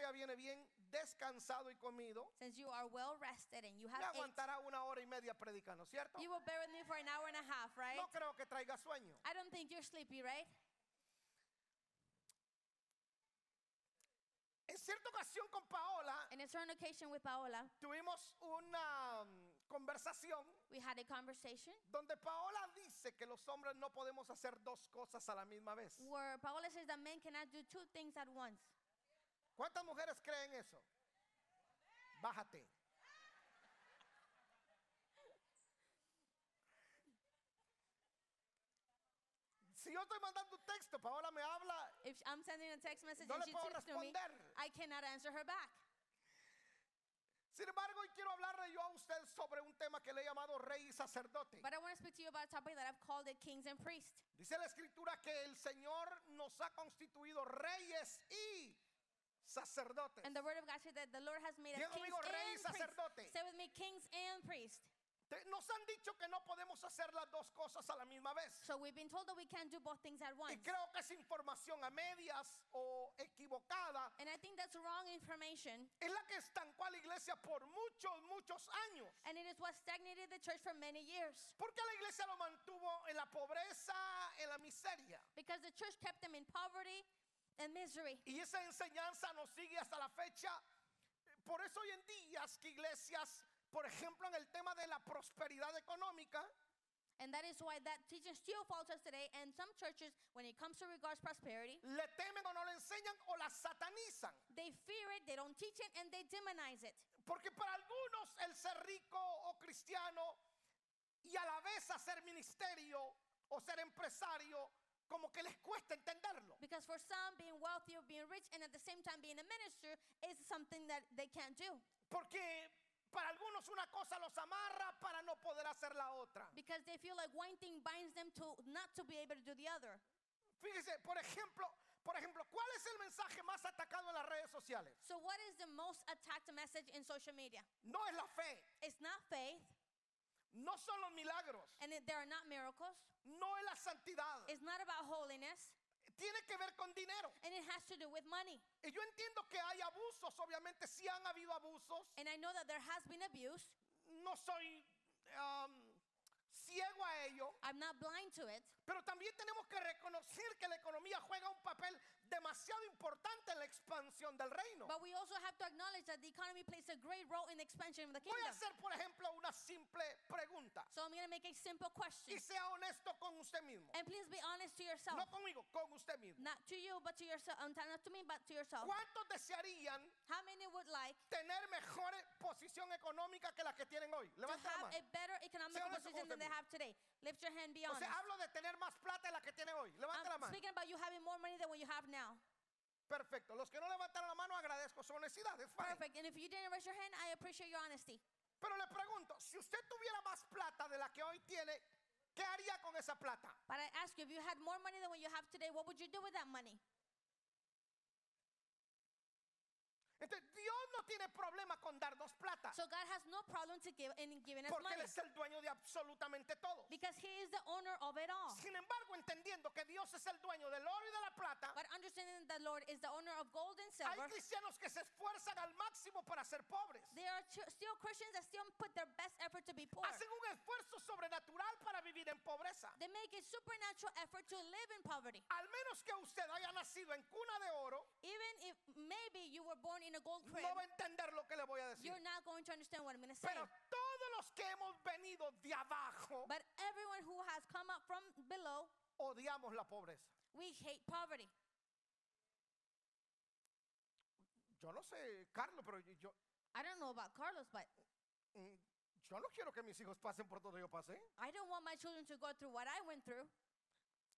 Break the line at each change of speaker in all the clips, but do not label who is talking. ya viene bien descansado y comido,
Since you are well rested and you
me
have ate,
aguantará una hora y media predicando, ¿cierto?
you will bear with me for an hour and a half, right?
No creo que traiga sueño.
I don't think you're sleepy, right?
En cierta ocasión con Paola
In a certain occasion with Paola,
tuvimos una mm, conversación
we had a conversation
donde Paola dice que los hombres no podemos hacer dos cosas a la misma vez.
where Paola says that men cannot do two things at once.
¿Cuántas mujeres creen eso? Bájate. Si yo estoy mandando un texto, Paola me habla,
If I'm sending a text message
no
and
le
she
puedo
texts to me,
responder.
I cannot answer her back.
Sin embargo, hoy quiero hablarle yo a usted sobre un tema que le he llamado rey y sacerdote.
But I want to speak to you about a topic that I've called it kings and priests.
Dice la escritura que el Señor nos ha constituido reyes y sacerdotes.
And the word of God says that the Lord has made us
Diga
kings
conmigo, rey y
and priests.
sacerdote.
Say with me, kings and priests.
Te- Nos han dicho que no podemos hacer las dos cosas a la misma vez.
So we've been told that we can't do both things at
Y
once.
creo que es información a medias o equivocada.
And I think that's wrong information.
Es la que estancó a la iglesia por muchos, muchos años.
And it is what stagnated the church for many years.
¿Por qué la iglesia lo mantuvo en la pobreza, en la miseria?
Because the church kept them in poverty and misery.
Y esa enseñanza nos sigue hasta la fecha. Por eso hoy en día es que iglesias, por ejemplo, en el tema de la prosperidad económica,
And that is why that teaching still follows us today. And some churches, when it comes to regards prosperity,
le temen o no le enseñan o la satanizan.
they fear it, they don't teach it, and they demonize it.
Porque para algunos el ser rico o cristiano y a la vez hacer ministerio o ser empresario, como que les cuesta entenderlo.
Because for some, being wealthy or being rich and at the same time being a minister is something that they can't do.
Porque para algunos una cosa los amarra para no poder hacer la otra.
Because they feel like one thing binds them to not to be able to do the other.
Fíjese, por ejemplo, por ejemplo, ¿cuál es el mensaje más atacado en las redes sociales?
So, what is the most attacked message in social media?
No es la fe,
It's not faith,
no son los milagros,
and it, there are not miracles.
no es la santidad.
It's not about holiness,
Tiene que ver con dinero.
and it has to do with money.
Y yo entiendo que hay abusos, obviamente sí han habido abusos.
And I know that there has been abuse.
No soy am, ciego a ello,
I'm not blind to it.
pero también tenemos que reconocer que la economía juega un papel demasiado importante en la expansión del reino.
But we also have to acknowledge that the economy plays a great role in the expansion of the
Voy a
kingdom.
hacer, por ejemplo, una simple pregunta.
So I'm going to make a simple question.
Y sea honesto con usted mismo.
And please be honest to yourself.
No conmigo, con usted mismo.
Not to you, but to yourself. Um, Not to me, but to yourself.
¿Cuántos desearían
How many would like
tener mejor posición económica que la que tienen hoy?
to
Levanta la
have
mano.
a better economic
Sea honesto con
position
usted
than they
mismo.
have today? Lift your hand, be
O
honest.
sea, hablo de tener más plata de la que tiene hoy. Levanta la
I'm
mano.
speaking about you having more money than what you have now.
Perfecto. Los que no levantaron la mano agradezco su honestidad. Es fine.
Perfect. And if you didn't raise your hand, I appreciate your honesty.
Pero le pregunto, si usted tuviera más plata de la que hoy tiene, ¿qué haría con esa plata?
But I ask you, if you had more money than what you have today, what would you do with that money?
Entonces, Dios no tiene problema con darnos plata.
So God has no problem to give in giving us
Porque Él
money
es el dueño de absolutamente todo.
because He is the owner of it all.
Sin embargo, entendiendo que Dios es el dueño del oro y de la plata,
But understanding that the Lord is the owner of gold and
hay
silver,
cristianos que se esfuerzan al máximo para ser pobres.
there are ch- still Christians that still put their best effort to be poor.
Hacen un esfuerzo sobrenatural para vivir en pobreza.
They make a supernatural effort to live in poverty.
Al menos que usted haya nacido en cuna de oro,
Even if maybe you were born in a gold crib,
no va a entender lo que le voy a decir.
you're not going to understand what I'm going to say.
Pero todos los que hemos venido de abajo
But everyone who has come up from below,
odiamos la pobreza.
we hate poverty.
Yo no sé, Carlos, pero yo- yo,
I don't know about Carlos, but
mm, yo no quiero que mis hijos pasen por donde yo pasé,
I don't want my children to go through what I went through,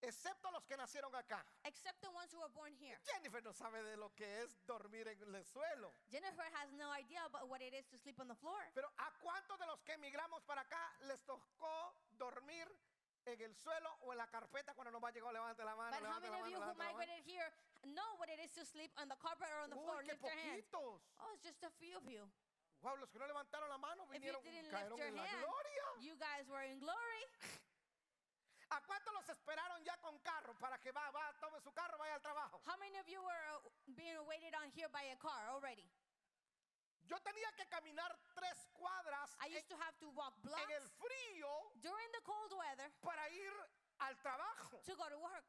excepto los que nacieron acá.
except the ones who were born here.
Jennifer no sabe de lo que es dormir en el suelo.
Jennifer has no idea about what it is to sleep on the floor.
Pero ¿a cuántos de los que emigramos para acá les tocó dormir en el suelo o en la carpeta cuando nos va a llegar? Levante la mano.
But how
levante la mano,
many of you who
levante la mano.
migrated here know what it is to sleep on the carpet or on the floor?
Uy, qué
Lift your hand.
poquitos.
Oh, it's just a few of you.
Wow, los que no levantaron la mano
If you
vinieron,
didn't lift
cayeron
your
en la
hand,
gloria.
you guys were in glory.
¿A cuántos los esperaron ya con carro para que va, va, tome su carro, vaya al trabajo?
How many of you were uh, being waited on here by a car already?
Yo tenía que caminar tres cuadras
I
en,
used to have to walk
en el
blocks
frío
during the cold weather
para ir al trabajo.
to go to work.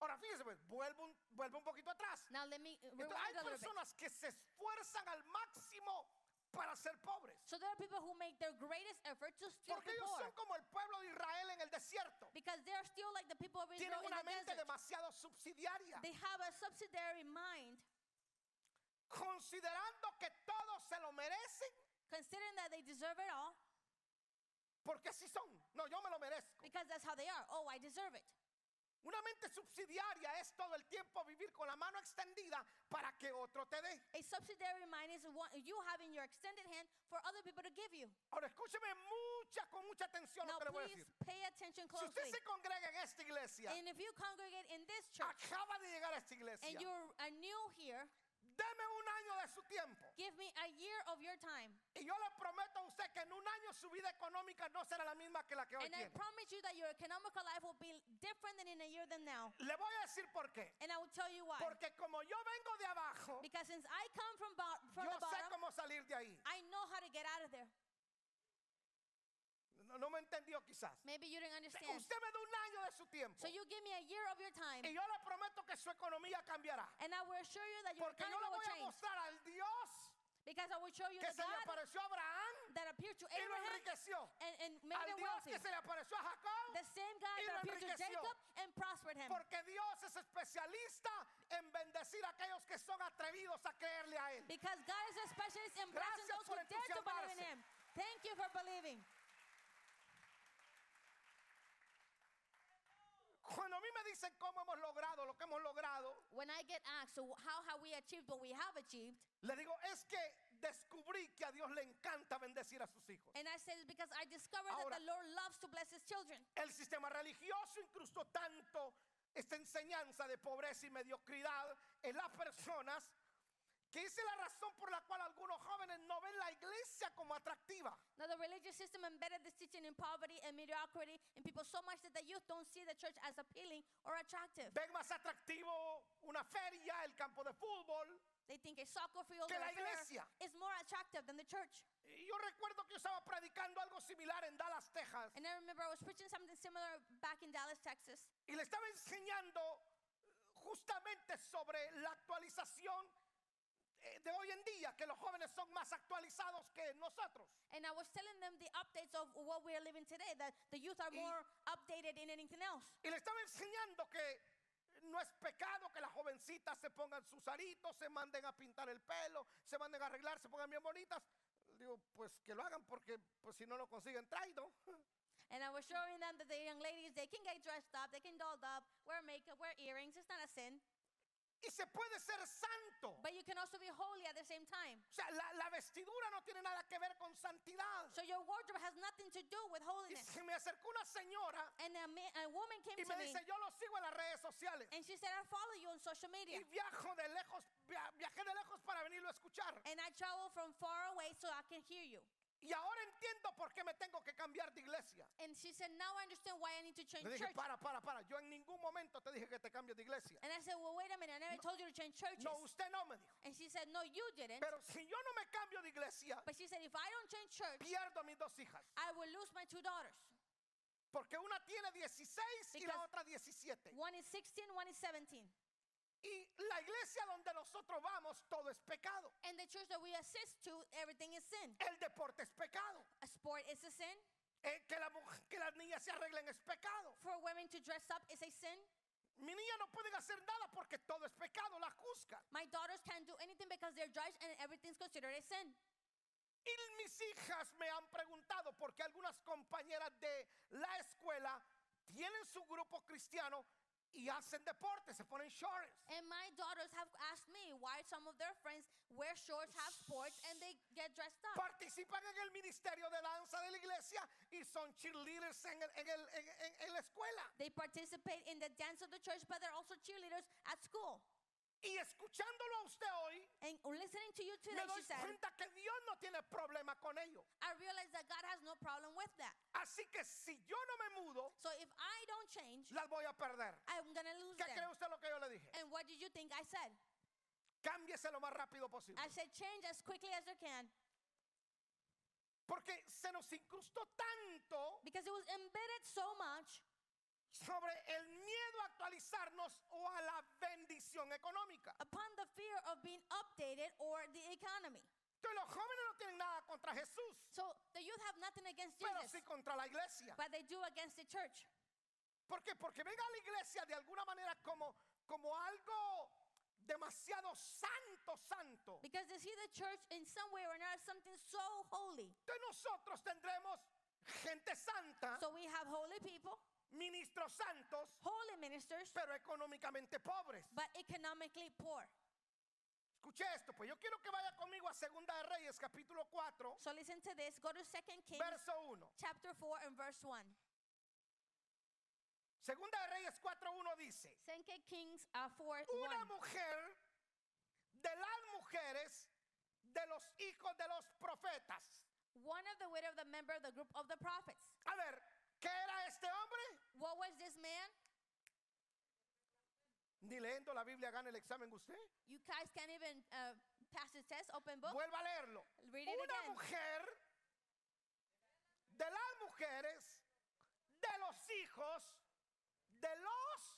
Ahora fíjense, pues, vuelvo un, vuelvo un poquito atrás.
Now let me uh,
Entonces, hay
rewind a little bit.
personas que se esfuerzan al máximo para ser pobres.
So there are people who make their greatest effort to still
Porque
be
ellos
poor
son como el pueblo de Israel en el desierto.
because they are still like the people of
Tienen
Israel in
una
the
mente
desert.
demasiado subsidiaria.
They have a subsidiary mind,
Considerando que todos se lo merecen.
considering that they deserve it all
Porque así son. No, yo me lo merezco.
because that's how they are. Oh, I deserve it.
Una mente subsidiaria es todo el tiempo vivir con la mano extendida para que otro te dé.
A subsidiary mind is one, you having your extended hand for other people to give you.
Ahora escúcheme mucha, con mucha atención
Now
lo que le voy a
please
decir.
pay attention
Si usted
closely.
se congrega en esta iglesia,
And if you congregate in this church
acaba de llegar a esta
and
iglesia,
you're uh, new here,
deme un año de su tiempo.
give me a year of your time.
Y yo le prometo a usted que en un año su vida económica no será la misma que la que hoy
And I
tiene.
promise you that your economical life will be different than in a year than now.
Le voy a decir por qué.
And I will tell you why.
Porque como yo vengo de abajo,
Because since I come from, bo- from
yo
the
sé
bottom,
cómo salir de ahí.
I know how to get out of there.
No, no me entendió quizás.
Maybe you didn't understand.
Usted me da un año de su tiempo.
So you give me a year of your time,
Y yo le prometo que su economía cambiará.
and I will assure you that your
Porque yo
economy
le
will
voy a
change.
mostrar al Dios
Because I will show you
que
the
se le
God
apareció a Abraham
that appeared to
y lo
Abraham
enriqueció.
and, and made
Al
him
Dios
wealthy.
que se le apareció a Jacob.
The same
y
God that
lo
appeared to
enriqueció.
Jacob and prospered him.
Porque Dios es especialista en bendecir a aquellos que son atrevidos a creerle a Él.
Because God is a specialist in blessing
Gracias
those
por
who dare to believe in
entusiasmarse.
him. Thank you for believing.
Cuando a mí me dicen cómo hemos logrado lo que hemos logrado,
When I get asked, so how have we achieved what we have achieved?
le digo, es que descubrí que a Dios le encanta bendecir a sus hijos.
And I said it's because I discovered
Ahora-
that the Lord loves to bless his children.
El sistema religioso incrustó tanto esta enseñanza de pobreza y mediocridad en las personas que esa es la razón por la cual algunos jóvenes no ven la iglesia como atractiva.
Now the religious system embedded this teaching in poverty and mediocrity in people so much that the youth don't see the church as appealing or attractive.
Ven más atractivo una feria, el campo de fútbol.
They think a soccer field
Que
or
la
a fair
iglesia.
is more attractive than the church.
Y yo recuerdo que yo estaba predicando algo similar en Dallas, Texas,
And I remember I was preaching something similar back in Dallas, Texas,
y le estaba enseñando eh, justamente sobre la actualización eh, de hoy en día, que los jóvenes son más actualizados que nosotros.
and I was telling them the updates of what we are living today, that the youth are
Y-
more updated than anything else.
Y le estaba enseñando que no es pecado que las jovencitas se pongan sus aritos, se manden a pintar el pelo, se manden a arreglar, se pongan bien bonitas. Digo, pues que lo hagan porque pues, si no lo consiguen traído.
And I was showing them that the young ladies, they can get dressed up, they can dolled up, wear makeup, wear earrings. It's not a sin.
Y se puede ser santo.
But you can also be holy at the same time.
O sea, la, la vestidura no tiene nada que ver con santidad.
So your wardrobe has nothing to do with
Y
holiness.
se me acercó una señora
And a, ma- a woman came
y
to
me
me
dice, yo lo sigo en las redes sociales.
and she said, I follow you on social media.
Y viajo de lejos, via- viajé de lejos para venirlo a escuchar.
And I travel from far away so I can hear you.
Y ahora entiendo por qué me tengo que cambiar de iglesia.
And she said, Now I understand why I need to change
Le dije,
church.
para, para, para. Yo en ningún momento te dije que te cambies de iglesia.
And I said, Well, wait a minute, I never told you to change churches.
No, usted no me dijo.
And she said, No, you didn't.
Pero si yo no me cambio de iglesia,
But she said, If I don't change church,
pierdo a mis dos hijas.
I will lose my two daughters.
Porque una tiene 16 y la
Because-
otra 17.
One is 16, one is 17.
Y la iglesia donde nosotros vamos, todo es pecado.
And the church that we assist to, everything is sin.
El deporte es pecado.
A sport is a sin.
Eh, que, la muj- que las niñas se arreglen es pecado.
For women to dress up is a sin.
Mi niña no pueden hacer nada porque todo es pecado, la juzgan.
My daughters can't do anything because they're judged and everything's considered a sin.
Y mis hijas me han preguntado porque algunas compañeras de la escuela tienen su grupo cristiano y hacen deporte, se ponen shorts.
And my daughters have asked me why some of their friends wear shorts, have sports, and they get dressed up.
Participan en el ministerio de danza de la iglesia y son cheerleaders en, el- en el- en- en- en la escuela.
They participate in the dance of the church, but they're also cheerleaders at school.
Y escuchándolo a usted hoy,
And listening to you
me
today,
doy
she said,
cuenta que Dios no tiene problema con ello.
I realize that God has no problem with that.
Así que si yo no me mudo,
So if I don't change,
las voy a perder.
I'm going to lose
¿Qué cree
them.
usted lo que yo le dije?
And what did you think I said?
Cámbiese lo más rápido posible.
I said, change as quickly as you can.
Porque se nos incrustó tanto
Because it was embedded so much
sobre el miedo a actualizarnos o a la bendición económica.
upon the fear of being updated or the economy.
Entonces los jóvenes no tienen nada contra Jesús,
So the youth have nothing against
pero
Jesus,
sí contra la iglesia.
but they do against the church.
¿Por qué? Porque venga a la iglesia de alguna manera como, como algo demasiado santo, santo.
Because they see the church in some way or another something so holy.
Entonces nosotros tendremos gente santa,
So we have holy people,
ministros santos,
holy ministers,
pero económicamente pobres.
but economically poor.
Escuche esto, pues yo quiero que vaya conmigo a Segunda de Reyes, capítulo 4,
So listen to this. Go to 2 Kings
verso 1.
chapter 4 and verse 1.
Segunda de Reyes 4.1 dice,
2 Kings uh, 4
una
1.
mujer de las mujeres de los hijos de los profetas.
One of the widow of the member of the group of the prophets.
A ver, ¿qué era este hombre?
What was this man?
Ni leyendo la Biblia gana el examen usted.
You guys can't even uh, pass the test, open book,
Vuelva a leerlo.
Oh. read it
Una
again.
mujer de las mujeres de los hijos de los...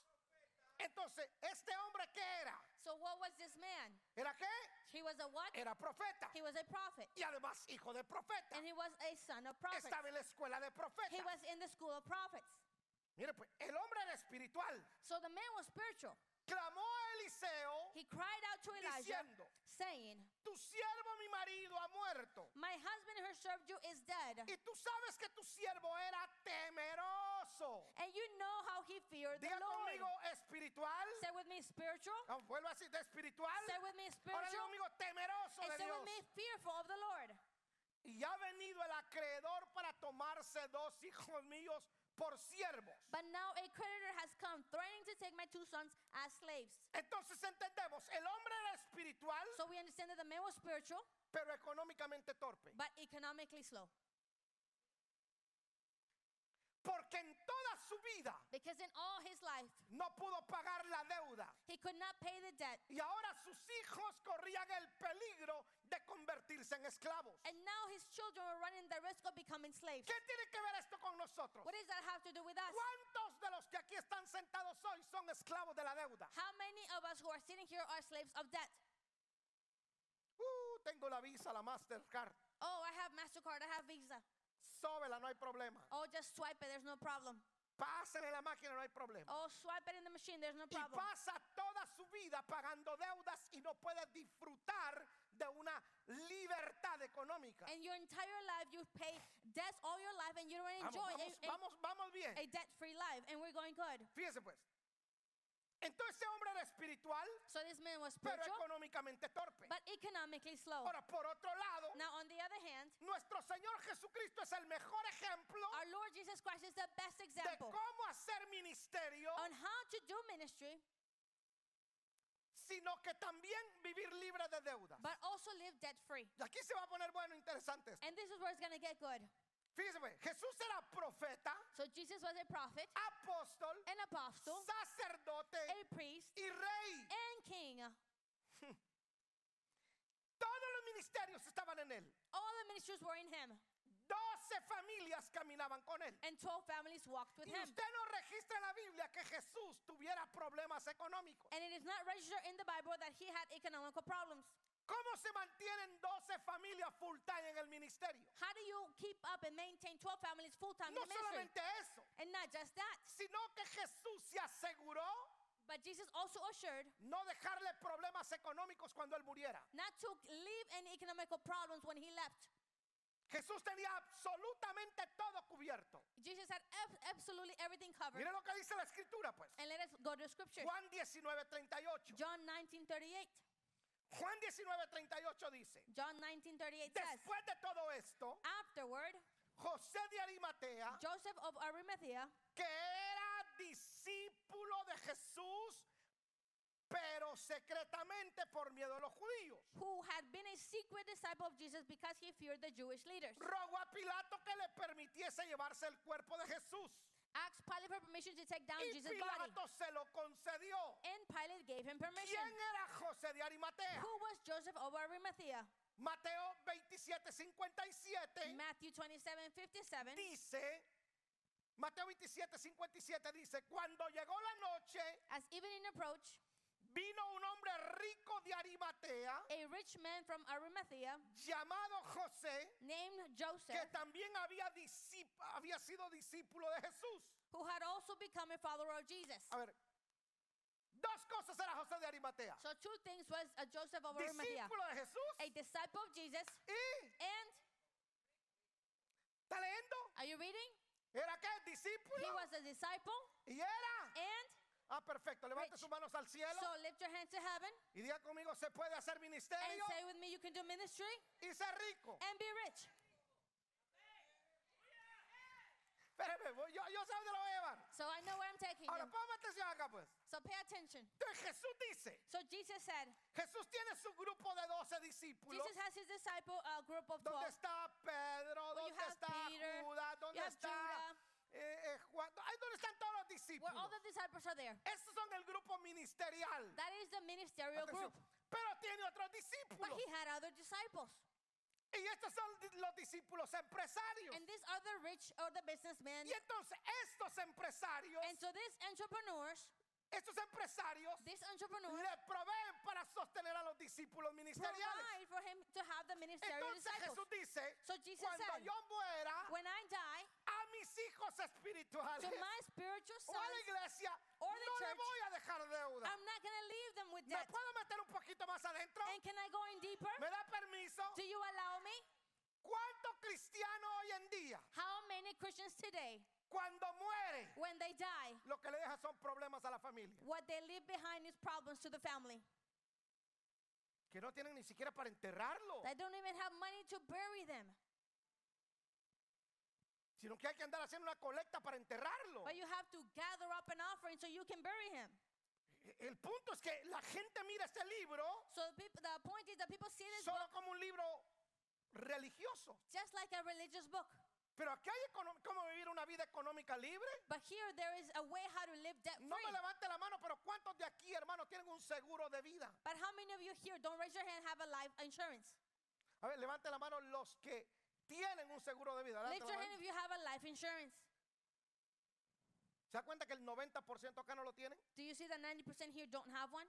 Entonces, ¿este hombre qué era?
So what was this man?
¿Era qué?
He was a what?
Era profeta.
He was a prophet.
Y además hijo de profeta.
And he was a son of prophets.
Estaba en la escuela de
He
profeta.
was in the school of prophets.
Mire, pues el hombre era espiritual.
So the man was spiritual.
Clamó a Eliseo
He cried out to Elijah,
diciendo,
saying,
tu siervo mi marido ha muerto.
My husband who served you is dead.
Y tú sabes que tu siervo era temeroso.
And you know how he feared the
Diga conmigo,
Lord.
espiritual.
Say with me, spiritual.
Ah, Vuelvo así, de espiritual.
Say with me,
Ahora diga
spiritual.
conmigo, temeroso
And
de
say
Dios.
with me, fearful of the Lord.
Y ha venido el acreedor para tomarse dos hijos míos por siervos.
But now a creditor has come, threatening to take my two sons as slaves.
Entonces entendemos, el hombre era espiritual,
So we understand that the man was spiritual,
pero económicamente torpe.
but economically slow.
Porque en toda su vida
Because in all his life,
no pudo pagar la deuda.
he could not pay the debt.
Y ahora sus hijos corrían el peligro de convertirse en esclavos.
And now his children were running the risk of becoming slaves.
¿Qué tiene que ver esto con nosotros?
What does that have to do with us?
¿Cuántos de los que aquí están sentados hoy son esclavos de la deuda?
How many of us who are sitting here are slaves of debt?
Uh, tengo la visa, la Mastercard.
Oh, I have MasterCard, I have Visa.
Sóbela, no hay problema.
Oh, just swipe it, there's no problem.
Pásenle la máquina, no hay problema.
Oh, swipe it in the machine, there's no
Y
problem.
pasa toda su vida pagando deudas y no puede disfrutar de una libertad económica.
And your entire life, you pay debts all your life, and you don't
Vamos,
enjoy a,
vamos, vamos, vamos bien.
a- a debt free life. And we're going good.
Fíjese pues. Entonces ese hombre era espiritual,
So this man was
pero
spiritual,
económicamente torpe.
but economically slow.
Ahora, por otro lado,
Now, on the other hand,
nuestro Señor Jesucristo es el mejor ejemplo
our Lord Jesus Christ is the best
de
example
cómo hacer ministerio,
on how to do ministry,
sino que también vivir libre de deudas.
but also live debt free.
Y aquí se va a poner bueno, interesante esto.
And this is where it's going to get good.
Fíjese pues, Jesús era profeta,
So Jesus was a prophet,
apóstol,
an apostle, a Eh.
sacerdote
priest,
y rey.
and king.
Todos los ministerios estaban en él.
All the ministries were in him,
Doce familias caminaban con él.
and 12 families walked with
Y
him.
usted no registra en la Biblia que Jesús tuviera problemas económicos.
And it is not registered in the Bible that he had economical problems.
¿Cómo se mantienen 12 familias full time en el ministerio?
How do you keep up and maintain 12 families full time in
No
the ministry?
solamente eso,
And not just that,
sino que Jesús se aseguró
but Jesus also assured
no dejarle problemas económicos cuando él muriera.
not to leave any economical problems when he left.
Jesús tenía absolutamente todo cubierto.
Jesus had ab- absolutely everything covered.
Mire lo que dice la escritura, pues.
And let us go to scripture.
Juan 19:38.
John 19:38.
Juan 19:38 dice,
John 19:38 says,
después de todo esto,
afterward,
José de Arimatea,
Joseph of Arimathea,
que era discípulo de Jesús, pero secretamente por miedo a los judíos.
who had been a secret disciple of Jesus because he feared the Jewish leaders.
Rogó a Pilato que le permitiese llevarse el cuerpo de Jesús.
Asked Pilate for permission to take down
Y
Jesus' body.
Pilato se lo concedió.
And Pilate gave him permission.
¿Quién era José de Arimatea?
Who was Joseph of Arimathea?
Mateo 27, 57
Matthew 27 57.
dice, Mateo 27, 57 dice, cuando llegó la noche,
As evening approached,
vino un hombre rico de Arimatea
a rich man from Arimathea
llamado José,
named
que
Joseph,
también había, discíp- había sido discípulo de Jesús.
who had also become a follower of Jesus.
A ver, dos cosas era José de Arimatea.
So two things was a Joseph of Arimathea,
Discípulo de Jesús
a disciple of Jesus,
y,
and
¿está leyendo?
are you reading?
¿Era qué?
He
Discípulo.
was a disciple,
Y era.
and
Ah, perfecto. Levante
Rich.
sus manos al cielo
so lift your hands to heaven
y diga conmigo, se puede hacer
and
ministerio
say with me, you can do ministry
y ser rico.
and be rich.
Espérame, voy- yo, yo sé dónde lo voy a llevar.
So I know where I'm taking
Ahora,
you.
póngame atención acá, pues.
So pay attention.
Entonces Jesús dice,
So Jesus said,
Jesús tiene su grupo de 12 discípulos.
Jesus has his disciple uh, group of
¿Dónde
12.
está Pedro?
Well, Oh, you
¿Dónde
have
está
Peter,
Judas? ¿Dónde
You have
está
Judah,
eh, eh, Juan? Ay, ¿Dónde están todos los
where all
discípulos?
the disciples are there.
Estos son el grupo ministerial.
That is the ministerial
Atención.
group.
Pero tiene otros
But
discípulos.
he had other disciples.
Y estos son di- los discípulos empresarios.
And these are the rich or the businessmen.
Y entonces estos empresarios,
And so these entrepreneurs,
estos empresarios
these entrepreneurs
le proveen para sostener a los discípulos ministeriales.
provide for him to have the ministerial
Entonces
disciples.
Jesús dice,
So Jesus
cuando
said,
yo muera,
when I die,
a mis hijos
to
espirituales
my spiritual
o a la
sons,
iglesia,
or the
no le
church,
voy a dejar deuda.
I'm not going to leave them with
¿Me
debt.
puedo meter un poquito más adentro?
And can I go in deeper?
¿Me da permiso?
Do you allow me?
¿Cuánto cristiano hoy en día,
How many Christians today,
cuando muere,
when they die,
lo que le deja son problemas a la familia?
what they leave behind is problems to the family?
Que no tienen ni siquiera para enterrarlo,
They don't even have money to bury them.
sino que hay que andar haciendo una colecta para enterrarlo.
But you have to gather up an offering so you can bury him.
E-, El punto es que la gente mira este libro
So the, peop- the point is that people see this book
solo como un libro religioso.
just like a religious book.
Pero aquí hay econo- cómo vivir una vida económica libre.
But here there is a way how to live debt
No me
free.
levante la mano, pero ¿cuántos de aquí, hermanos, tienen un seguro de vida?
But how many of you here don't raise your hand have a life insurance?
A ver, levante la mano los que tienen un seguro de vida. Levante
Lift
la
your hand
mano.
if you have a life insurance.
¿Se da cuenta que el 90% acá no lo tienen?
Do you see that 90% here don't have one?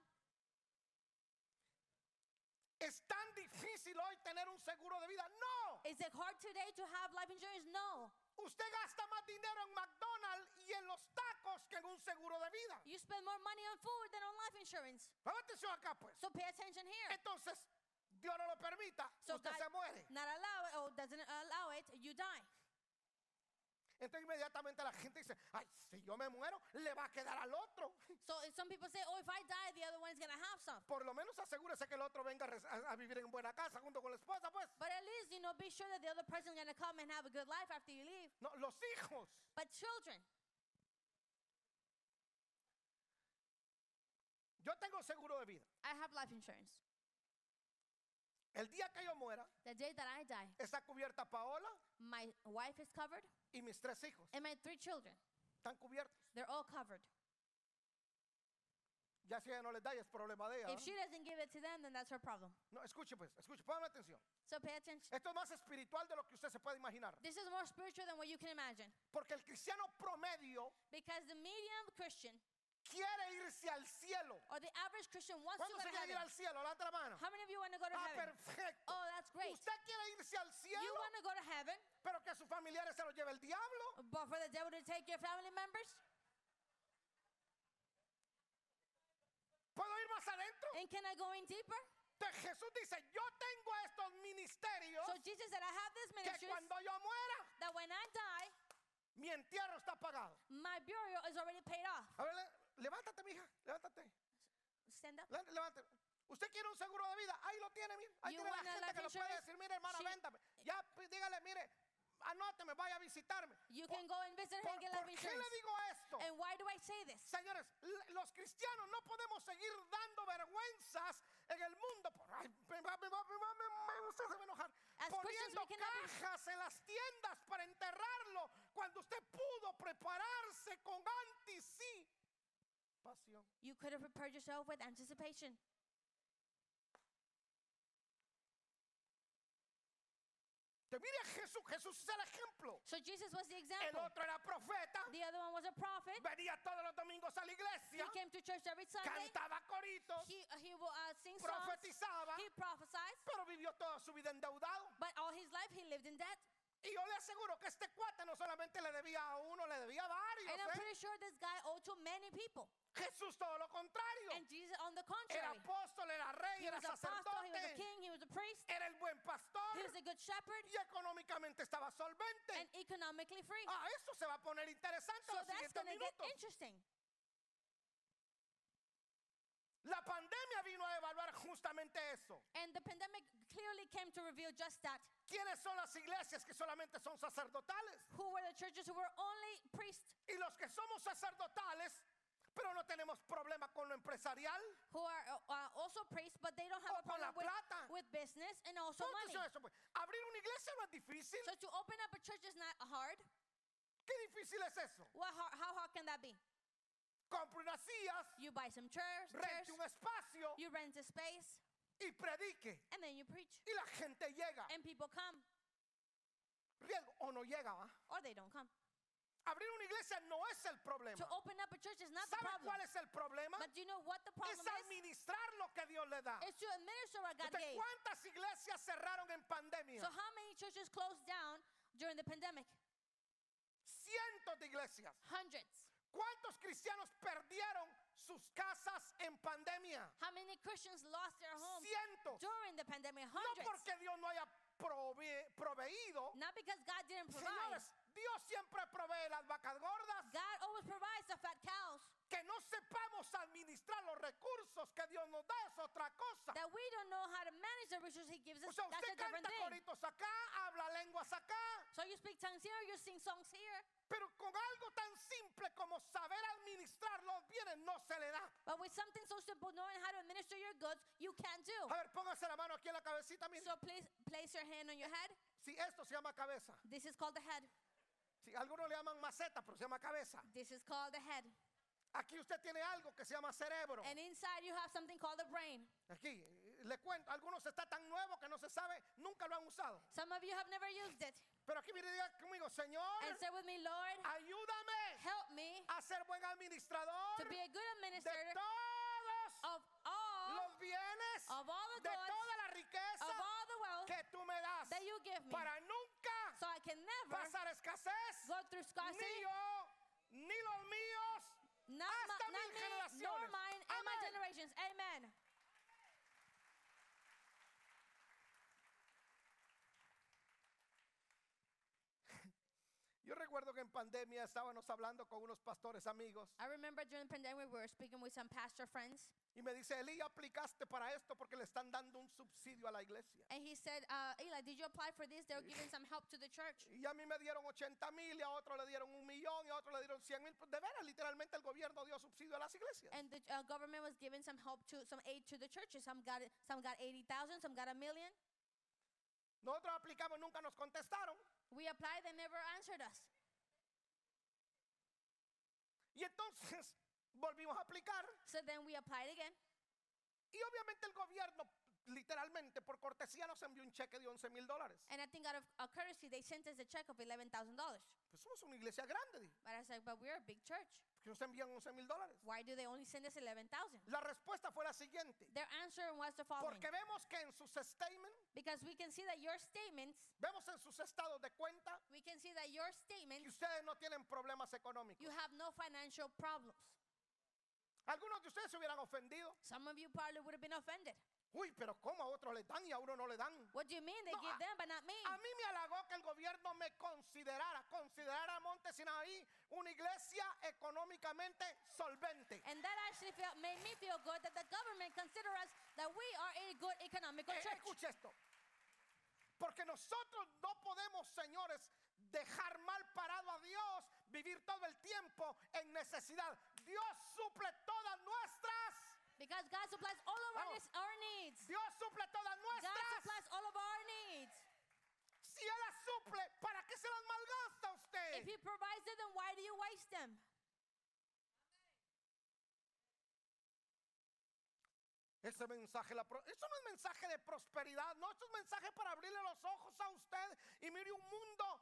¿Es tan difícil hoy tener un seguro de vida? No.
Is it hard today to have life insurance? No.
Usted gasta más dinero en McDonald's y en los tacos que en un seguro de vida.
You spend more money on food than on life insurance.
Ponga atención acá, pues.
So pay attention here.
Entonces, Dios no lo permita,
So
usted
God-
se muere.
Not allow it or doesn't allow it, you die.
Entonces inmediatamente la gente dice, ay, si yo me muero, le va a quedar al otro.
So if some people say, oh, if I die, the other one's gonna have some.
Por lo menos asegúrese que el otro venga a res- a, a vivir en buena casa junto con la esposa, pues.
But at least you know, be sure that the other person's gonna come and have a good life after you leave.
No, los hijos.
But children,
Yo tengo seguro de vida.
I have life insurance.
El día que yo muera,
The day that I die,
está cubierta Paola
my wife is covered
y mis tres hijos.
and my three children.
Están cubiertos.
They're all covered.
Ya si ella no les da, ya es problema de ella.
If
¿no?
she doesn't give it to them, then that's her problem.
No, escuche pues, escuche, póngame atención.
So pay attention.
Esto es más espiritual de lo que usted se puede imaginar.
This is more spiritual than what you can imagine.
Porque el cristiano promedio
Because the medium Christian
quiere irse al cielo.
or the average Christian wants to
¿Cuándo
go
se
to
quiere ir
heaven.
al cielo? Levanta la mano.
How many of you want to go to
Ah,
heaven?
perfecto.
Oh, that's great.
Usted quiere irse al
You
cielo,
want to go to heaven,
pero que a sus familiares se los lleve el diablo.
but for the devil to take your family members?
¿Puedo ir más adentro?
And can I go in deeper?
Entonces Jesús dice, yo tengo estos ministerios
So Jesus said, I have this
que
ministry
cuando yo muera,
that when I die,
mi entierro está pagado.
my burial is already paid off.
A ver, le- levántate, mija, levántate.
Stand up.
Le- Levántate. ¿Usted quiere un seguro de vida? Ahí lo tiene, mire. Ahí
You
tiene la
wanna
gente
life
que lo puede
insurance?
decir, mire, hermana,
Sí.
véndame. Ya, pues, dígale, mire, a anóteme, vaya a visitarme.
You
Por-
can go and visit her
¿Por,
and get life
por qué le
insurance. Eh.
digo esto?
And why do I say this?
Señores, l- los cristianos no podemos seguir dando vergüenzas en el mundo. Por, ay, me va- me va- me va- me- me- usted se va a enojar.
As Christians,
Poniendo
we cannot be-
cajas en las tiendas para enterrarlo cuando usted pudo prepararse con anticipación.
You could have prepared yourself with anticipation.
Te mire a Jesús, Jesús es el ejemplo.
So Jesus was the
El
example.
otro era profeta,
The other one was a prophet.
venía todos los domingos a la
He
iglesia,
came to church every Sunday.
cantaba coritos,
He uh, he will uh, sing songs.
profetizaba,
He prophesied.
pero vivió toda su vida endeudado.
But all his life he lived in debt.
Y yo le aseguro que este cuate no solamente le debía a uno, le debía a varios.
And I'm
¿eh?
pretty sure this guy owed to many people.
Jesús todo lo contrario.
And Jesus, on the
Era
contrary,
apóstol, era rey,
he
era
was a pastor, he was a
sacerdote,
king, he was a priest,
era el buen
he
pastor
was a good shepherd,
y económicamente estaba
and
solvente.
economically free.
Ah, esto se va a poner interesante
So
en los
that's
siguientes
going to get
minutos.
interesting.
La pandemia vino a evaluar justamente eso.
And the pandemic clearly came to reveal just that.
¿Quiénes son las iglesias que solamente son sacerdotales?
Who were the churches who were only priests,
Y los que somos sacerdotales, pero no tenemos problema con lo empresarial.
who are uh, uh, also priests, but they don't
O
have a
Oh, con la
problem with,
plata.
with business and also
¿Cómo
money.
funciona eso? pues? Abrir una iglesia no es difícil.
So to open up a church is not hard.
¿Qué difícil es eso?
What, how, how hard can that be?
Compre unas sillas,
You buy some chairs, chairs
rente un espacio
you rent a space,
y predique.
and then you preach.
Y la gente llega.
And people come,
Riesgo, o no llega, ¿va?
or they don't come.
Abrir una iglesia no es el
To
problema.
open up a church is oh, not the
¿Sabe
problem.
cuál es el problema?
But do you know what the problem
Es
is?
administrar lo que Dios le da.
It's to administer what God
¿Usted
gave.
¿Cuántas iglesias cerraron en
So
pandemia?
how many churches closed down during the pandemic?
Cientos de iglesias.
Hundreds.
¿Cuántos cristianos perdieron sus casas en pandemia?
How many Christians lost their homes
Cientos.
during the pandemic?
No
Hundreds.
porque Dios no haya prove- proveído.
Not because God didn't provide.
Señores, Dios siempre provee las vacas gordas.
God always provides the fat cows.
Que no sepamos administrar los recursos que Dios nos da es otra cosa.
That we don't know how to manage the resources He gives
O
us.
sea,
That's
usted
a different
canta
thing.
coritos acá, habla lenguas acá,
So you speak tongues here, you sing songs here.
pero con algo tan simple como saber administrar los bienes no se le da.
But with something so simple, knowing how to administer your goods, you can't do.
A ver, póngase la mano aquí en la cabecita, mire.
So please place your hand on your head.
Si esto se llama cabeza.
This is called the head.
Si algunos le llaman maceta, pero se llama cabeza.
This is called the head.
Aquí usted tiene algo que se llama cerebro.
And inside you have something called the brain.
Aquí, eh, le cuento, algunos está tan nuevo que no se sabe, nunca lo han usado.
Some of you have never used it.
Pero aquí mire, diga conmigo, Señor,
And say with me, Lord,
ayúdame
help me
a ser buen
to
administrador
be a good
de
administrator
todos
of all
los bienes,
of all the
de
goods,
toda la
of
riqueza
all the wealth
que tú me das
that you give me.
para nunca
So I can never
pasar escasez,
go through
ni
scarcity,
yo, ni los míos.
not, my,
hasta
not
mil
me, nor
generaciones.
mine, and my
Amén.
generations. Amen.
Yo recuerdo que en pandemia estábamos hablando con unos pastores amigos
I remember during the pandemic, we were speaking with some pastor friends,
y me dice, Eli, aplicaste para esto porque le están dando un subsidio a la iglesia.
and he said, uh, Eli, did you apply for this? They were giving some help to the church.
Y a mí me dieron 80 mil, y a otro le dieron un millón, y a otro le dieron 100 mil. Pues, De veras, literalmente el gobierno dio subsidio a las iglesias.
And the uh, government was giving some help to some aid to the churches. Some got it, some got eighty thousand, some got a million.
Nosotros aplicamos, nunca nos contestaron.
We applied, they never answered us.
Y entonces volvimos a aplicar.
So then we applied again.
Y obviamente el gobierno, literalmente, por cortesía, nos envió un cheque de 11 mil dólares.
And I think out of uh, courtesy, they sent us a check of $11,000. But
Pues somos una iglesia grande, di,
I was like, but we're a big church.
que nos envían 11 mil dólares.
Why do they only send us 11,000?
La respuesta fue la siguiente.
Their answer was the following.
Porque vemos que en sus statements,
Because we can see that your statements,
vemos en sus estados de cuenta
we can see that your
que
statements,
ustedes no tienen problemas
you
económicos.
have no financial problems.
Algunos de ustedes se hubieran ofendido.
Some of you probably would have been offended.
Uy, pero ¿cómo a otros le dan y a uno no le dan?
What do you mean they
No,
give
I-
them but not me?
A mí me halagó que el gobierno me considerara, considerara a Monte Sinaí una iglesia económicamente solvente.
And that actually felt, made me feel good that the government consider us that we are a good economical
Eh,
church.
escuche esto. Porque nosotros no podemos, señores, dejar mal parado a Dios, vivir todo el tiempo en necesidad. Dios suple todas nuestras.
Because God supplies all of our,
Vamos.
nes- our needs.
Dios suple todas
God
nuestras.
supplies all of our needs.
Eh. Si Él las suple, ¿para qué se las malgasta
If
usted?
He provides it, then why do you waste them?
Ese mensaje, la pro- eso no es mensaje de prosperidad, no, eso es mensaje para abrirle los ojos a usted y mire un mundo,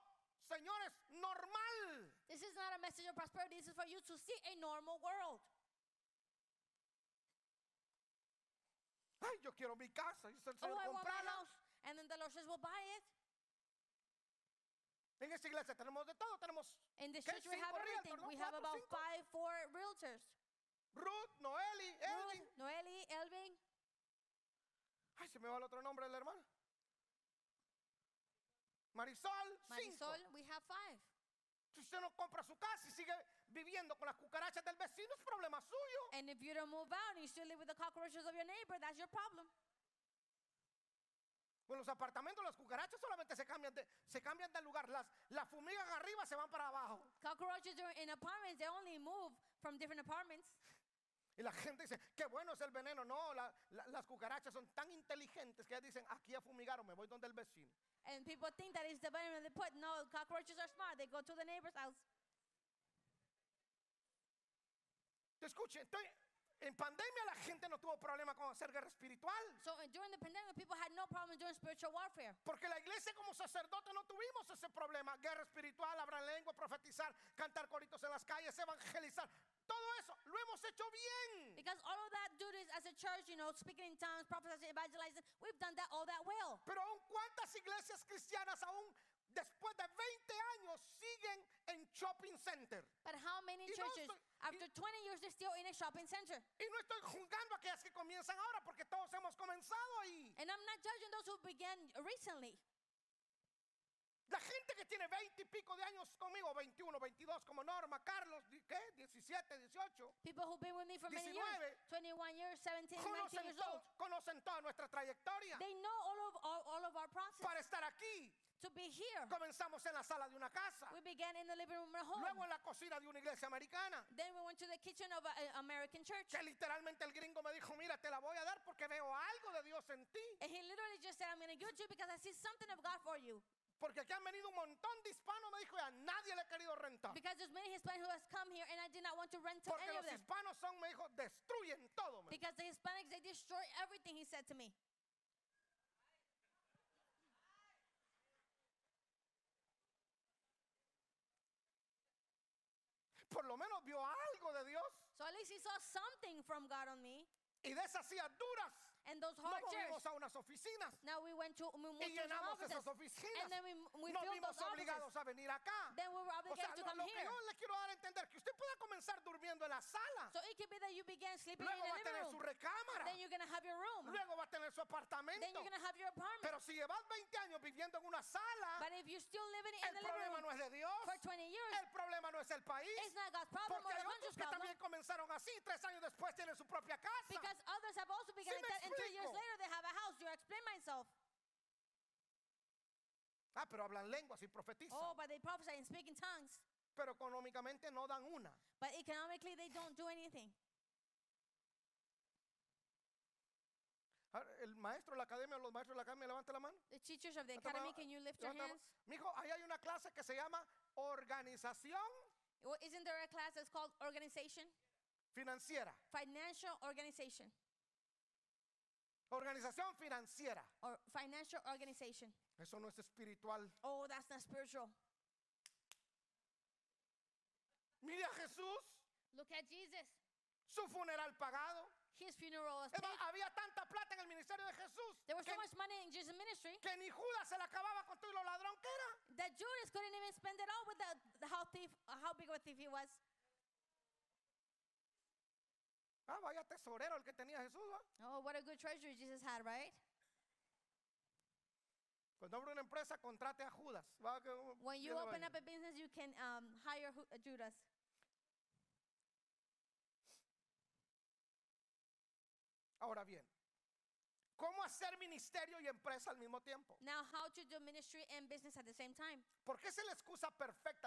señores, normal.
This is not a message of prosperity. This is for you to see a normal world.
Ay, yo quiero mi casa, dice el
Oh,
Señor,
I want my
comprarla.
house. And then the Lord says, Well, buy it.
En esta iglesia tenemos de todo, tenemos
In this
Que hay
church, we have
cinco
everything.
realtors, ¿no?
We have
Cuatro,
about
cinco.
five, four realtors.
Ruth, Noeli,
Ruth,
Edwin.
Noeli, Elvin.
Ay, se me va el otro nombre de la hermana. Marisol, cinco.
Marisol, we have five.
Si usted no compra su casa y sigue viviendo con las cucarachas del vecino, es problema suyo.
And if you don't move out and you still live with the cockroaches of your neighbor, that's your problem.
Con Pues los apartamentos, las cucarachas solamente se cambian de, se cambian de lugar. Las, las fumigan arriba, se van para abajo.
Cockroaches are in apartments, they only move from different apartments.
Y la gente dice, qué bueno es el veneno. No, la- la- las cucarachas son tan inteligentes que ellas dicen, aquí a fumigar o me voy donde el vecino.
And people think that it's the venom they put. No, cockroaches are smart. They go to the neighbor's house.
Escuche, entonces, en pandemia la gente no tuvo problema con hacer guerra espiritual.
So uh, during the pandemic, people had no problem doing spiritual warfare.
Porque la iglesia como sacerdote no tuvimos ese problema. Guerra espiritual, hablar lengua, profetizar, cantar coritos en las calles, evangelizar. Todo eso lo hemos hecho bien.
Because all of that duties as a church, you know, speaking in tongues, prophesying, evangelizing, we've done that all that well.
Pero aún cuántas iglesias cristianas aún después de 20 años siguen en shopping center.
But how many
Y no
churches,
estoy- y-
after 20 years, they're still in a shopping center?
Y no estoy juzgando a aquellas que comienzan ahora porque todos hemos comenzado ahí.
And I'm not judging those who began recently.
La gente que tiene 20 y pico de años conmigo, 21, 22 como Norma, Carlos, di- ¿qué? 17, 18.
People who've been with me for many years,
19.
21 years, 17, 19
Conocen,
years old.
todo, conocen toda nuestra trayectoria.
They know all of all, all of our process
Para estar aquí,
to be here.
Comenzamos en la sala de una casa,
We began in the living room at home.
luego en la cocina de una iglesia americana,
Then we went to the kitchen of an American church.
que literalmente el gringo me dijo, mira, te la voy a dar porque veo algo de Dios en ti,
And he literally just said, I'm going to give it to you because I see something of God for you.
porque aquí han venido un montón de hispanos, me dijo, y a nadie le he querido rentar,
Because there's many Hispanic who has come here and I did not want to rent to
Ah. porque
any of
los
them.
hispanos son, me dijo, destruyen todo. me dijo.
Because the Hispanics, they destroy everything, he said to me.
Por lo menos vio algo de Dios
So at least he saw something from God on me.
y de esas sillas duras
And those
nos
hard chairs.
movimos a unas oficinas
Now we went to we
y
moved to some
llenamos esas
offices.
oficinas.
And then we, we
Nos
filled
vimos
those offices.
obligados a venir acá.
Then we were
O sea,
obligated to
lo,
come
lo que
here.
yo le quiero dar a entender que usted pueda comenzar durmiendo en la sala.
So it could be that you began sleeping in
Luego
the
va a
living
tener
room.
su recámara.
Then you're going to have your room.
Luego va a tener su
Then
apartamento.
you're going to have your apartment.
Pero si llevas 20 años viviendo en una sala,
But if you're still living in
el
the living
problema
room
no es de Dios.
for 20 years,
El problema no es el país.
it's not God's problem
Porque hay
or
otros
the country's
que
problem.
también comenzaron así. Tres años después tienen su propia casa.
Because others have also begun
Sí me
that, and two years
explico.
later they have a house. You explain myself.
Ah, pero hablan lenguas y profetizan.
Oh, but they prophesy and speak in tongues.
Pero económicamente no dan una.
But economically, they don't do anything.
A ver, Ah, El maestro de la academia, los maestros de la academia, levanta la mano.
The teachers of the
Levanta
academy,
mano,
can you lift your
levanta la
hands?
mano. Mijo, ahí hay una clase que se llama organización
Well, Isn't there a class that's called organization?
financiera.
Financial organization.
Organización financiera.
Or financial organization.
Eso no es espiritual.
Oh, that's not spiritual.
Mire a Jesús,
Look at Jesus.
su funeral pagado.
His funeral was
Es más,
paid.
había tanta plata en el ministerio de Jesús
There was
que,
so much money in Jesus' ministry
que ni Judas se la acababa con todo y lo ladrón que era.
that Judas couldn't even spend it all with the, the how thief, uh, how big of a thief he was.
Ah, vaya tesorero el que tenía Jesús. ¿va?
Oh, what a good treasure Jesus had, right?
Cuando abre una empresa, contrate a Judas. ¿va? Que, uh,
When you
tiene
open
vaina.
up a business, you can um, hire Hu- uh, Judas.
Ahora bien, ¿cómo hacer ministerio y empresa al mismo tiempo?
Now, how to do ministry and business at the same time?
Porque esa es la excusa
perfect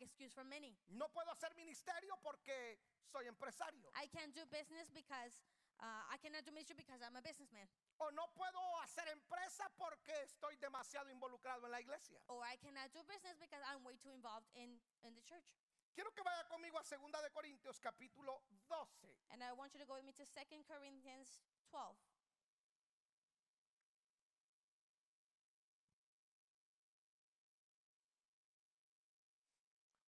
excuse for many.
No puedo hacer ministerio porque soy empresario.
I can't do business because uh, I cannot do ministry because I'm a businessman.
O no puedo hacer empresa porque estoy demasiado involucrado en la iglesia.
Or I cannot do business because I'm way too involved in, in the church.
Quiero que vaya conmigo a 2 de Corintios capítulo 12.
And I want you to go with me to 2 Corinthians 12.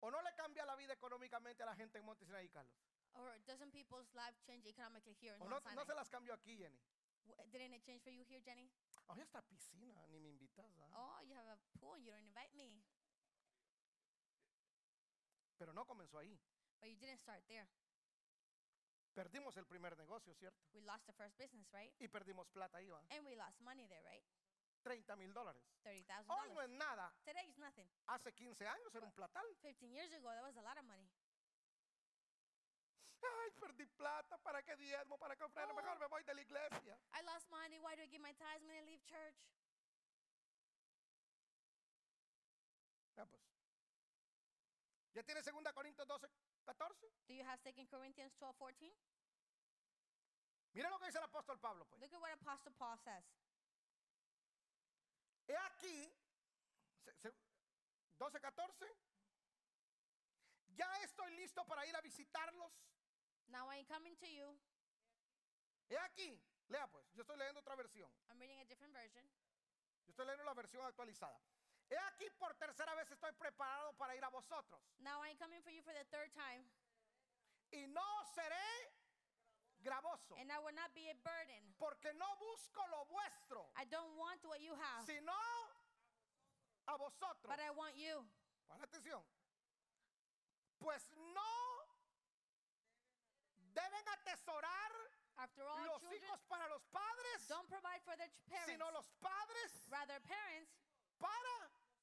¿O no le cambia la vida económicamente a la gente en Monte Sinaí, Carlos?
Or doesn't people's life change economically here in
¿O Oh, no,
Mount
no se
Sinai?
las cambió aquí, Jenny?
W- Didn't it change for you here, Jenny?
Hoy hasta piscina, ni me invitas. ¿ah?
Oh, you have a pool. You don't invite me.
Pero no comenzó ahí.
But you didn't start there.
Perdimos el primer negocio, ¿cierto?
We lost the first business, right?
Y perdimos plata ahí, ¿va?
And we lost money there, right?
30 mil dólares.
$30,000.
Hoy no es nada.
Today is nothing.
Hace 15 años era un platal.
15 years ago, that was a lot of money.
Ay, perdí plata. ¿Para qué diezmo? ¿Para qué ofrenda?
Oh.
Mejor me voy de la iglesia.
I lost money. Why do I give my tithes when I leave church?
Ya pues. ¿Ya tiene 2 Corintios 12, 14?
Do you have 2 Corinthians 12 14?
Mira lo que dice el apóstol Pablo, pues.
Look at what Apostle Paul says.
He aquí, se- se- 12, 14. Ya estoy listo para ir a visitarlos.
Now I am coming to you.
He aquí, lea pues, yo estoy leyendo otra versión.
I'm reading a different version.
Yo estoy leyendo la versión actualizada. He aquí, por tercera vez estoy preparado para ir a vosotros.
Now I am coming for you for the third time,
Y no seré gravoso.
and I will not be a burden.
Porque no busco lo vuestro,
I don't want what you have,
sino a vosotros.
but I want you.
Pon atención. Pues no deben atesorar
After all,
los
children
hijos para los padres,
don't provide for their ch- parents.
sino los padres
Rather, parents
para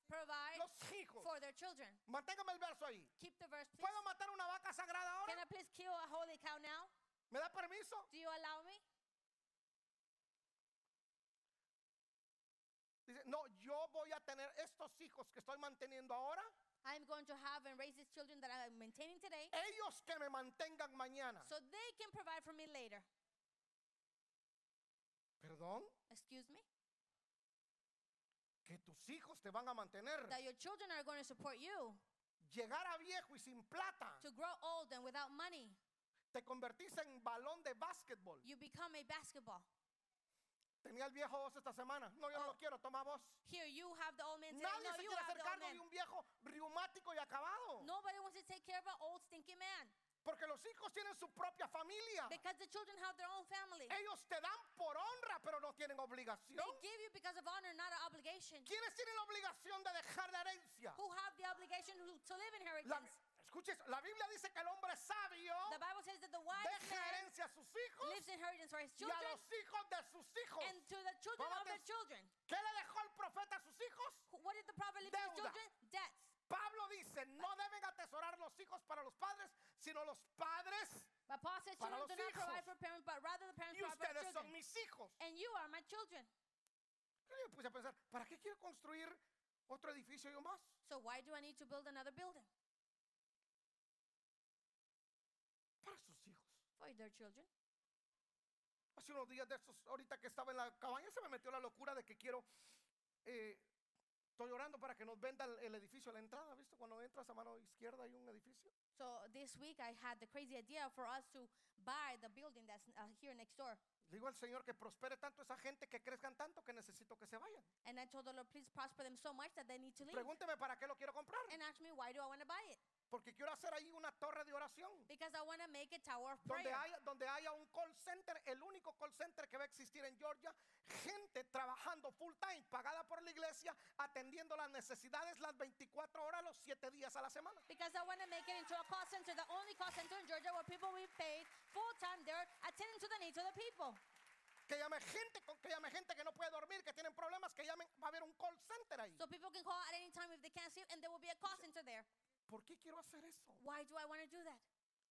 provide
los hijos.
for their children.
Manténgame el verso ahí.
Keep the verse, please.
¿Puedo matar una vaca sagrada
Can
ahora?
I please kill a holy cow now?
¿Me da permiso?
Do you allow me?
Dice, no, yo voy a tener estos hijos que estoy manteniendo ahora,
I'm going to have and raise these children that I'm maintaining today
ellos que me mantengan mañana.
so they can provide for me later.
Perdón,
Excuse me?
que tus hijos te van a mantener.
That your children are going to support you
Llegar a viejo y sin plata,
to grow old and without money.
te convertís en balón de básquetbol.
You become a basketball.
Tenía el viejo vos esta semana. No, yo no
Oh.
lo quiero, toma vos.
Here, you have the old man today.
Nadie
No,
se
you
quiere
have
hacer
the old
cargo
man.
de un viejo reumático y acabado.
Nobody wants to take care of an old stinky man
Porque los hijos tienen su propia familia.
because the children have their own family.
Ellos te dan por honra, pero no tienen obligación.
They give you because of honor, not an obligation.
¿Quiénes tienen la obligación de dejar la herencia?
Who have the obligation who, to live
La,
inheritance?
escuche eso, la Biblia dice que el hombre sabio
The Bible says that the wise
deja
man
herencia a sus hijos
lives inheritance for his
y a
children
los hijos de sus hijos.
and to the children
Ponga
of their
atención.
children.
¿Qué le dejó el profeta a sus hijos?
Who- What did the prophet leave to his
Deuda.
children? Debts.
Pablo dice, no deben atesorar los hijos para los padres, sino los padres
But Paul says
Para
children do
los
not provide
hijos.
for parents, but rather the parents
y
provide for
ustedes
their
son
children.
mis hijos.
And you are my children.
Yo me puse a pensar, ¿para qué quiero construir otro edificio yo más?
So why do I need to build another building
Para sus hijos.
for their children?
Hace unos días de estos, ahorita que estaba en la cabaña, se me metió la locura de que quiero. eh, estoy orando para que nos vendan el edificio a la entrada, ¿viste? Cuando entras a mano izquierda hay un edificio.
So this week I had the crazy idea for us to buy the building that's uh, here next door.
Le digo al Señor que prospere tanto esa gente, que crezcan tanto, que necesito que se vayan.
And I told the Lord, please prosper them so much that they need to leave.
Pregúnteme para qué lo quiero comprar.
And asked me, why do I want to buy it?
Porque quiero hacer ahí una torre de oración.
Because I want to make a tower of
Donde
prayer.
haya, donde haya un call center, el único call center que va a existir en Georgia, gente trabajando full time, pagada por la iglesia, atendiendo las necesidades las 24 horas, los 7 días a la semana.
Because I want to make it into a call center, the only call center in Georgia where people will be paid full time there, attending to the needs of the people.
Que llame gente, con- que llame gente que no puede dormir, que tienen problemas, que llamen, va a haber un call center ahí.
So people can call at any time if they can't sleep, and there will be a call center there.
¿Por qué quiero hacer eso?
Why do I want to do that?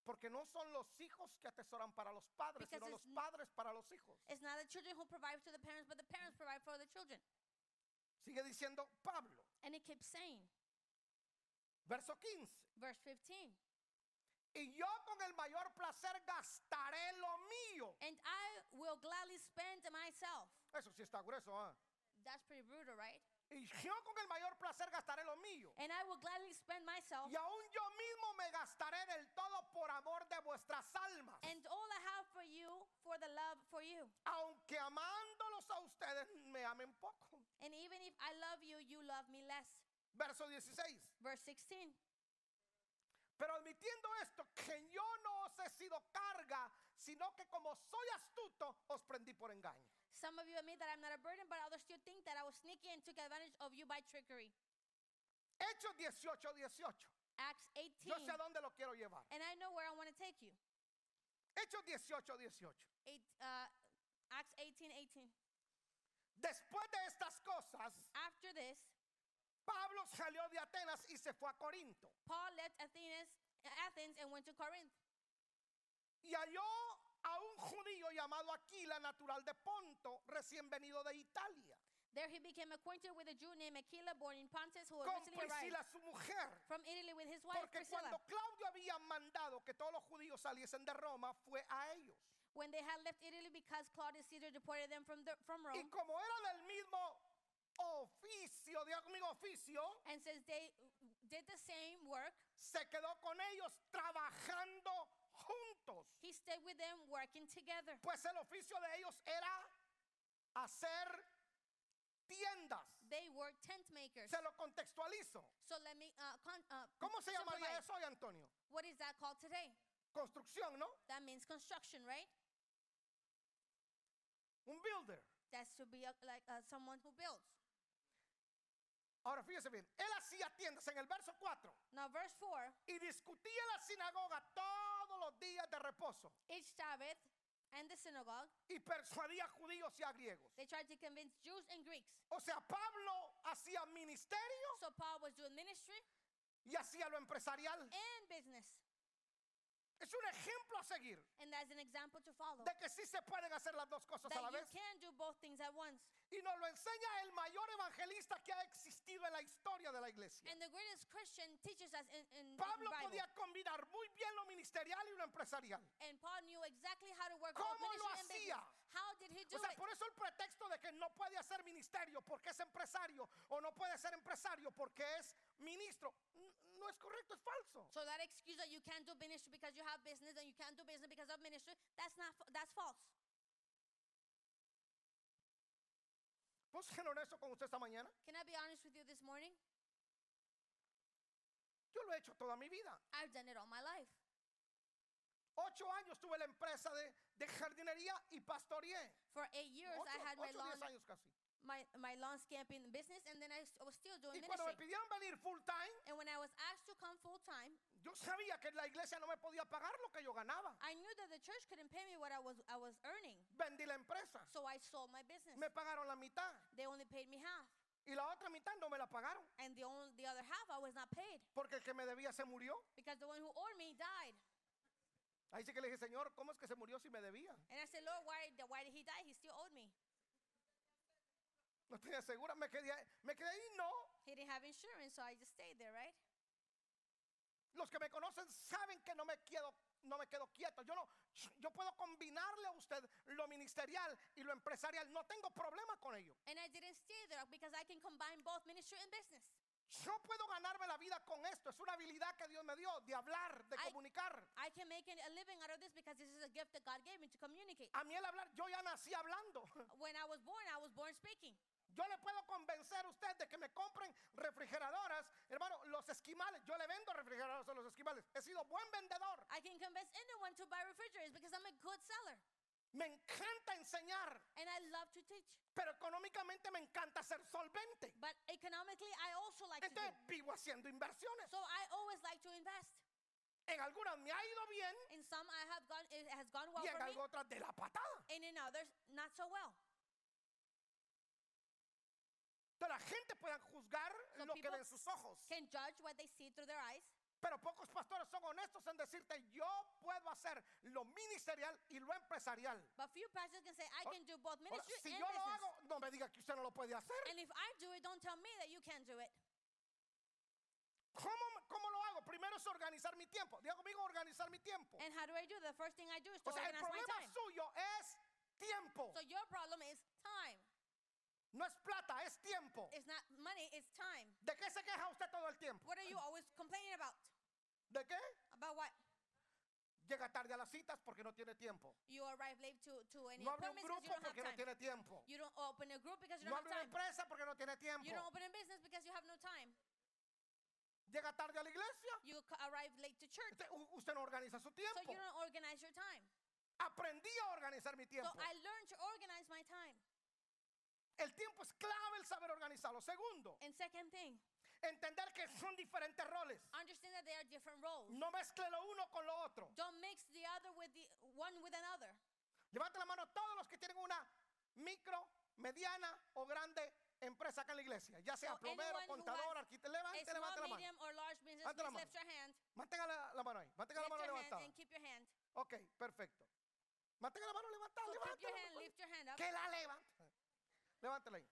Porque no son los hijos que atesoran para los padres,
Because
sino
it's
los
n-
padres para los hijos.
It's not the children who provide to the parents, but the parents provide for the children.
Sigue diciendo Pablo,
And it keeps saying,
Verso 15.
Verse 15.
Y yo con el mayor placer gastaré lo mío.
And I will gladly spend myself.
Eso sí está grueso, ¿ah?
That's pretty brutal, right?
Y yo con el mayor placer gastaré lo mío.
And I will gladly spend myself.
Y aún yo mismo me gastaré del todo por amor de vuestras almas.
And all I have for you, for the love for you.
Aunque amándolos a ustedes me amen poco.
And even if I love you, you love me less.
Verso 16.
Verse 16.
Pero admitiendo esto, que yo no os he sido carga, sino que como soy astuto, os prendí por engaño.
Some of you admit that I'm not a burden, but others still think that I was sneaky and took advantage of you by trickery.
Hechos 18, 18.
Acts 18.
Yo sé a dónde lo quiero llevar.
And I know where I want to take you.
Hechos 18, 18.
Eight, uh, Acts 18, 18.
Después de estas cosas,
After this,
Pablo salió de Atenas y se fue a Corinto.
Paul left Athens, Athens and went to Corinth.
Y halló a un judío llamado Aquila, natural de Ponto, recién venido de Italia,
There he became acquainted with a Jew named Aquila, born in Pontus, who
con
originally arrived
Priscila, su mujer.
from Italy with his wife
Porque
Priscilla.
cuando Claudio había mandado que todos los judíos saliesen de Roma, fue a ellos.
When they had left Italy because Claudius Caesar deported them from, the, from
Y
Rome,
como era del mismo oficio, diga conmigo oficio,
and since they did the same work,
se quedó con ellos trabajando juntos.
he stayed with them working together.
Pues el oficio de ellos era hacer tiendas.
They were tent makers.
Se lo contextualizo.
So let me uh, con, uh,
¿Cómo se llamaría
simplify.
eso hoy, Antonio?
What is that called today?
Construcción, ¿no?
That means construction, right?
Un builder.
That's to be a, like uh, someone who builds.
Ahora fíjese bien, él hacía tiendas en el verso 4
Now, verse 4
y discutía en la sinagoga todos los días de reposo
each Sabbath and the synagogue,
y persuadía a judíos y a griegos.
they tried to convince Jews and Greeks.
O sea, Pablo hacía ministerio
So, Paul was doing ministry
y hacía lo empresarial.
and business.
Es un ejemplo a seguir
And that's an example to follow.
de que sí se pueden hacer las dos cosas a
that
la
you
vez.
can do both things at once.
Y nos lo enseña el mayor evangelista que ha existido en la historia de la iglesia.
And the greatest Christian teaches us in, in, in
Pablo
Bible.
podía combinar muy bien lo ministerial y lo empresarial.
And Paul knew exactly how to work
¿Cómo
both
lo
ministry and business.
hacía?
How did he do
O sea,
it?
por eso el pretexto de que no puede hacer ministerio porque es empresario o no puede ser empresario porque es ministro n- no es correcto, es falso.
So that excuse that you can't do ministry because you have business and you can't do business because of ministry, that's not fa- that's false.
¿Puedo ser honesto con usted esta mañana?
Can I be honest with you this morning?
Yo lo he hecho toda mi vida.
I've done it all my life.
Ocho años tuve la empresa de, de jardinería y pastoreé.
For eight years,
Ocho,
I had
ocho,
my lawn,
diez años casi.
my, my lawn scamping business, and then I s- I was still doing
Y cuando me
ministry.
pidieron venir full time,
And when I was asked to come full time,
yo sabía que la iglesia no me podía pagar lo que yo ganaba.
I knew that the church couldn't pay me what I was I was earning,
Vendí la empresa.
so I sold my business.
Me pagaron la mitad
They only paid me half,
y la otra mitad no me la pagaron
and the only, the other half I was not paid
porque el que me debía se murió.
because the one who owed me died.
Ahí sí que le dije, Señor, ¿cómo es que se murió si me debía?
And I said, Lord, why did- why did he die? He still owed me.
No tenía segura, me quedé, ahí- me quedé ahí, no.
He didn't have insurance, so I just stayed there, right?
Los que me conocen saben que no me quedo, no me quedo quieto. Yo no, yo puedo combinarle a usted lo ministerial y lo empresarial. No tengo problema con ello.
And I didn't stay there because I can combine both ministry and business.
Yo puedo ganarme la vida con esto. Es una habilidad que Dios me dio de hablar, de
Ay.
comunicar.
I can make an- a living out of this because this is a gift that God gave me to communicate.
A mí el hablar, yo ya nací hablando.
When I was born, I was born speaking.
Yo le puedo convencer a usted de que me compren refrigeradoras. Hermano, los esquimales, yo le vendo refrigeradoras a los esquimales. He sido buen vendedor.
I can convince anyone to buy refrigerators because I'm a good seller
Me encanta enseñar,
and I love to teach.
pero económicamente me encanta ser solvente.
But economically, I also like to
Entonces
do.
vivo haciendo inversiones.
So I always like to invest.
En algunas me ha ido bien
In some, I have gone. It has gone well
y en
for me,
algo otras de la patada.
and in others, not so well.
Entonces la gente puede juzgar
Some
lo que
people
ven sus ojos.
Can judge what they see through their eyes.
Pero pocos pastores son honestos en decirte, yo puedo hacer lo ministerial y lo empresarial.
But few pastors can say, I
Ahora-
can do both
Ahora,
ministry
Oh, si
and
yo lo
business.
hago, no me diga que usted no lo puede hacer.
And if I do it, don't tell me that you can't do it.
¿Cómo, cómo es organizar mi tiempo. Diga conmigo, organizar mi tiempo.
And how do I do that? The first thing I do is to
Oh. O sea, el
organize my
problema
time.
suyo es tiempo.
So your problem is time.
No es plata, es tiempo.
It's not money, it's time.
¿De qué se queja usted todo el tiempo?
What are you always complaining about?
¿De qué?
About what?
Llega tarde a las citas porque no tiene tiempo.
You arrive late to, to any
No abre un
appointments because
grupo
you don't have
porque no
time.
tiene tiempo.
You don't open a group because you
No
don't
abre una
have time.
empresa porque no tiene
You don't
tiempo.
open a business because you have no time.
Llega tarde a la iglesia.
You c- arrive late to church.
Usted, u- usted no organiza su
So
tiempo.
you don't organize your time.
Aprendí a organizar mi
So
tiempo.
I learned to organize my time.
El tiempo es clave el saber organizarlo. Segundo,
And second thing,
entender que son diferentes roles.
understand that there are different roles.
No mezcle lo uno con lo otro.
Don't mix the other with the one with another.
Levante la mano todos los que tienen una micro, mediana o grande empresa acá en la iglesia. Ya sea
So
plomero,
anyone who
contador,
has
arquitecto.
A
Levante,
small,
levante la mano.
medium, or large business,
Levante la
please lift
mano.
your hand.
Mantenga la, la mano ahí. Mantenga la
Lift
mano
your hand
levantada.
and keep your hand.
Ok, perfecto. Mantenga la mano levantada.
So keep
levántela,
your
por
hand,
favor.
lift your hand up.
Que la levante. Levántela ahí.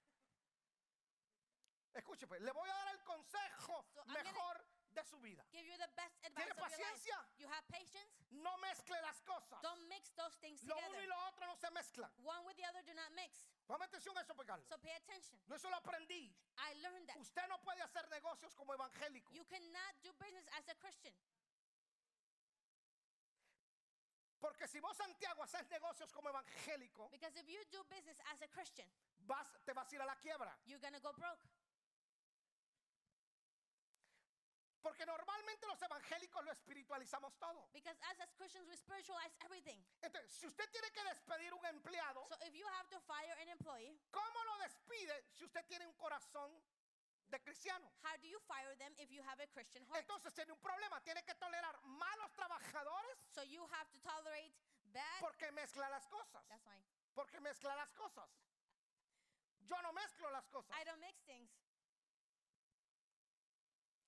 Escuche, pues, le voy a dar el consejo
So I'm gonna-
mejor de su vida.
Give you the best advice
¿Tiene
of your life.
paciencia?
You have patience.
No mezcle las cosas.
Don't mix those things
Lo uno y
together.
lo otro no se mezclan.
One with the other do not mix.
Ponme atención a eso, Ricardo.
So pay attention.
No, eso lo aprendí.
I learned that.
Usted no puede hacer negocios como evangélico.
You cannot do business as a Christian.
Porque si vos, Santiago, haces negocios como evangélico,
Because if you do business as a Christian,
vas, te vas a ir a la quiebra.
you're going to go broke.
Porque normalmente los evangélicos lo espiritualizamos todo.
Because us as Christians, we spiritualize everything.
Entonces, si usted tiene que despedir un empleado,
So if you have to fire an employee,
¿cómo lo despide si usted tiene un corazón de cristiano?
how do you fire them if you have a Christian heart?
Entonces tiene un problema, tiene que tolerar malos trabajadores
So you have to tolerate bad.
porque mezcla las cosas.
That's fine.
Porque mezcla las cosas. Yo no mezclo las cosas.
I don't mix things.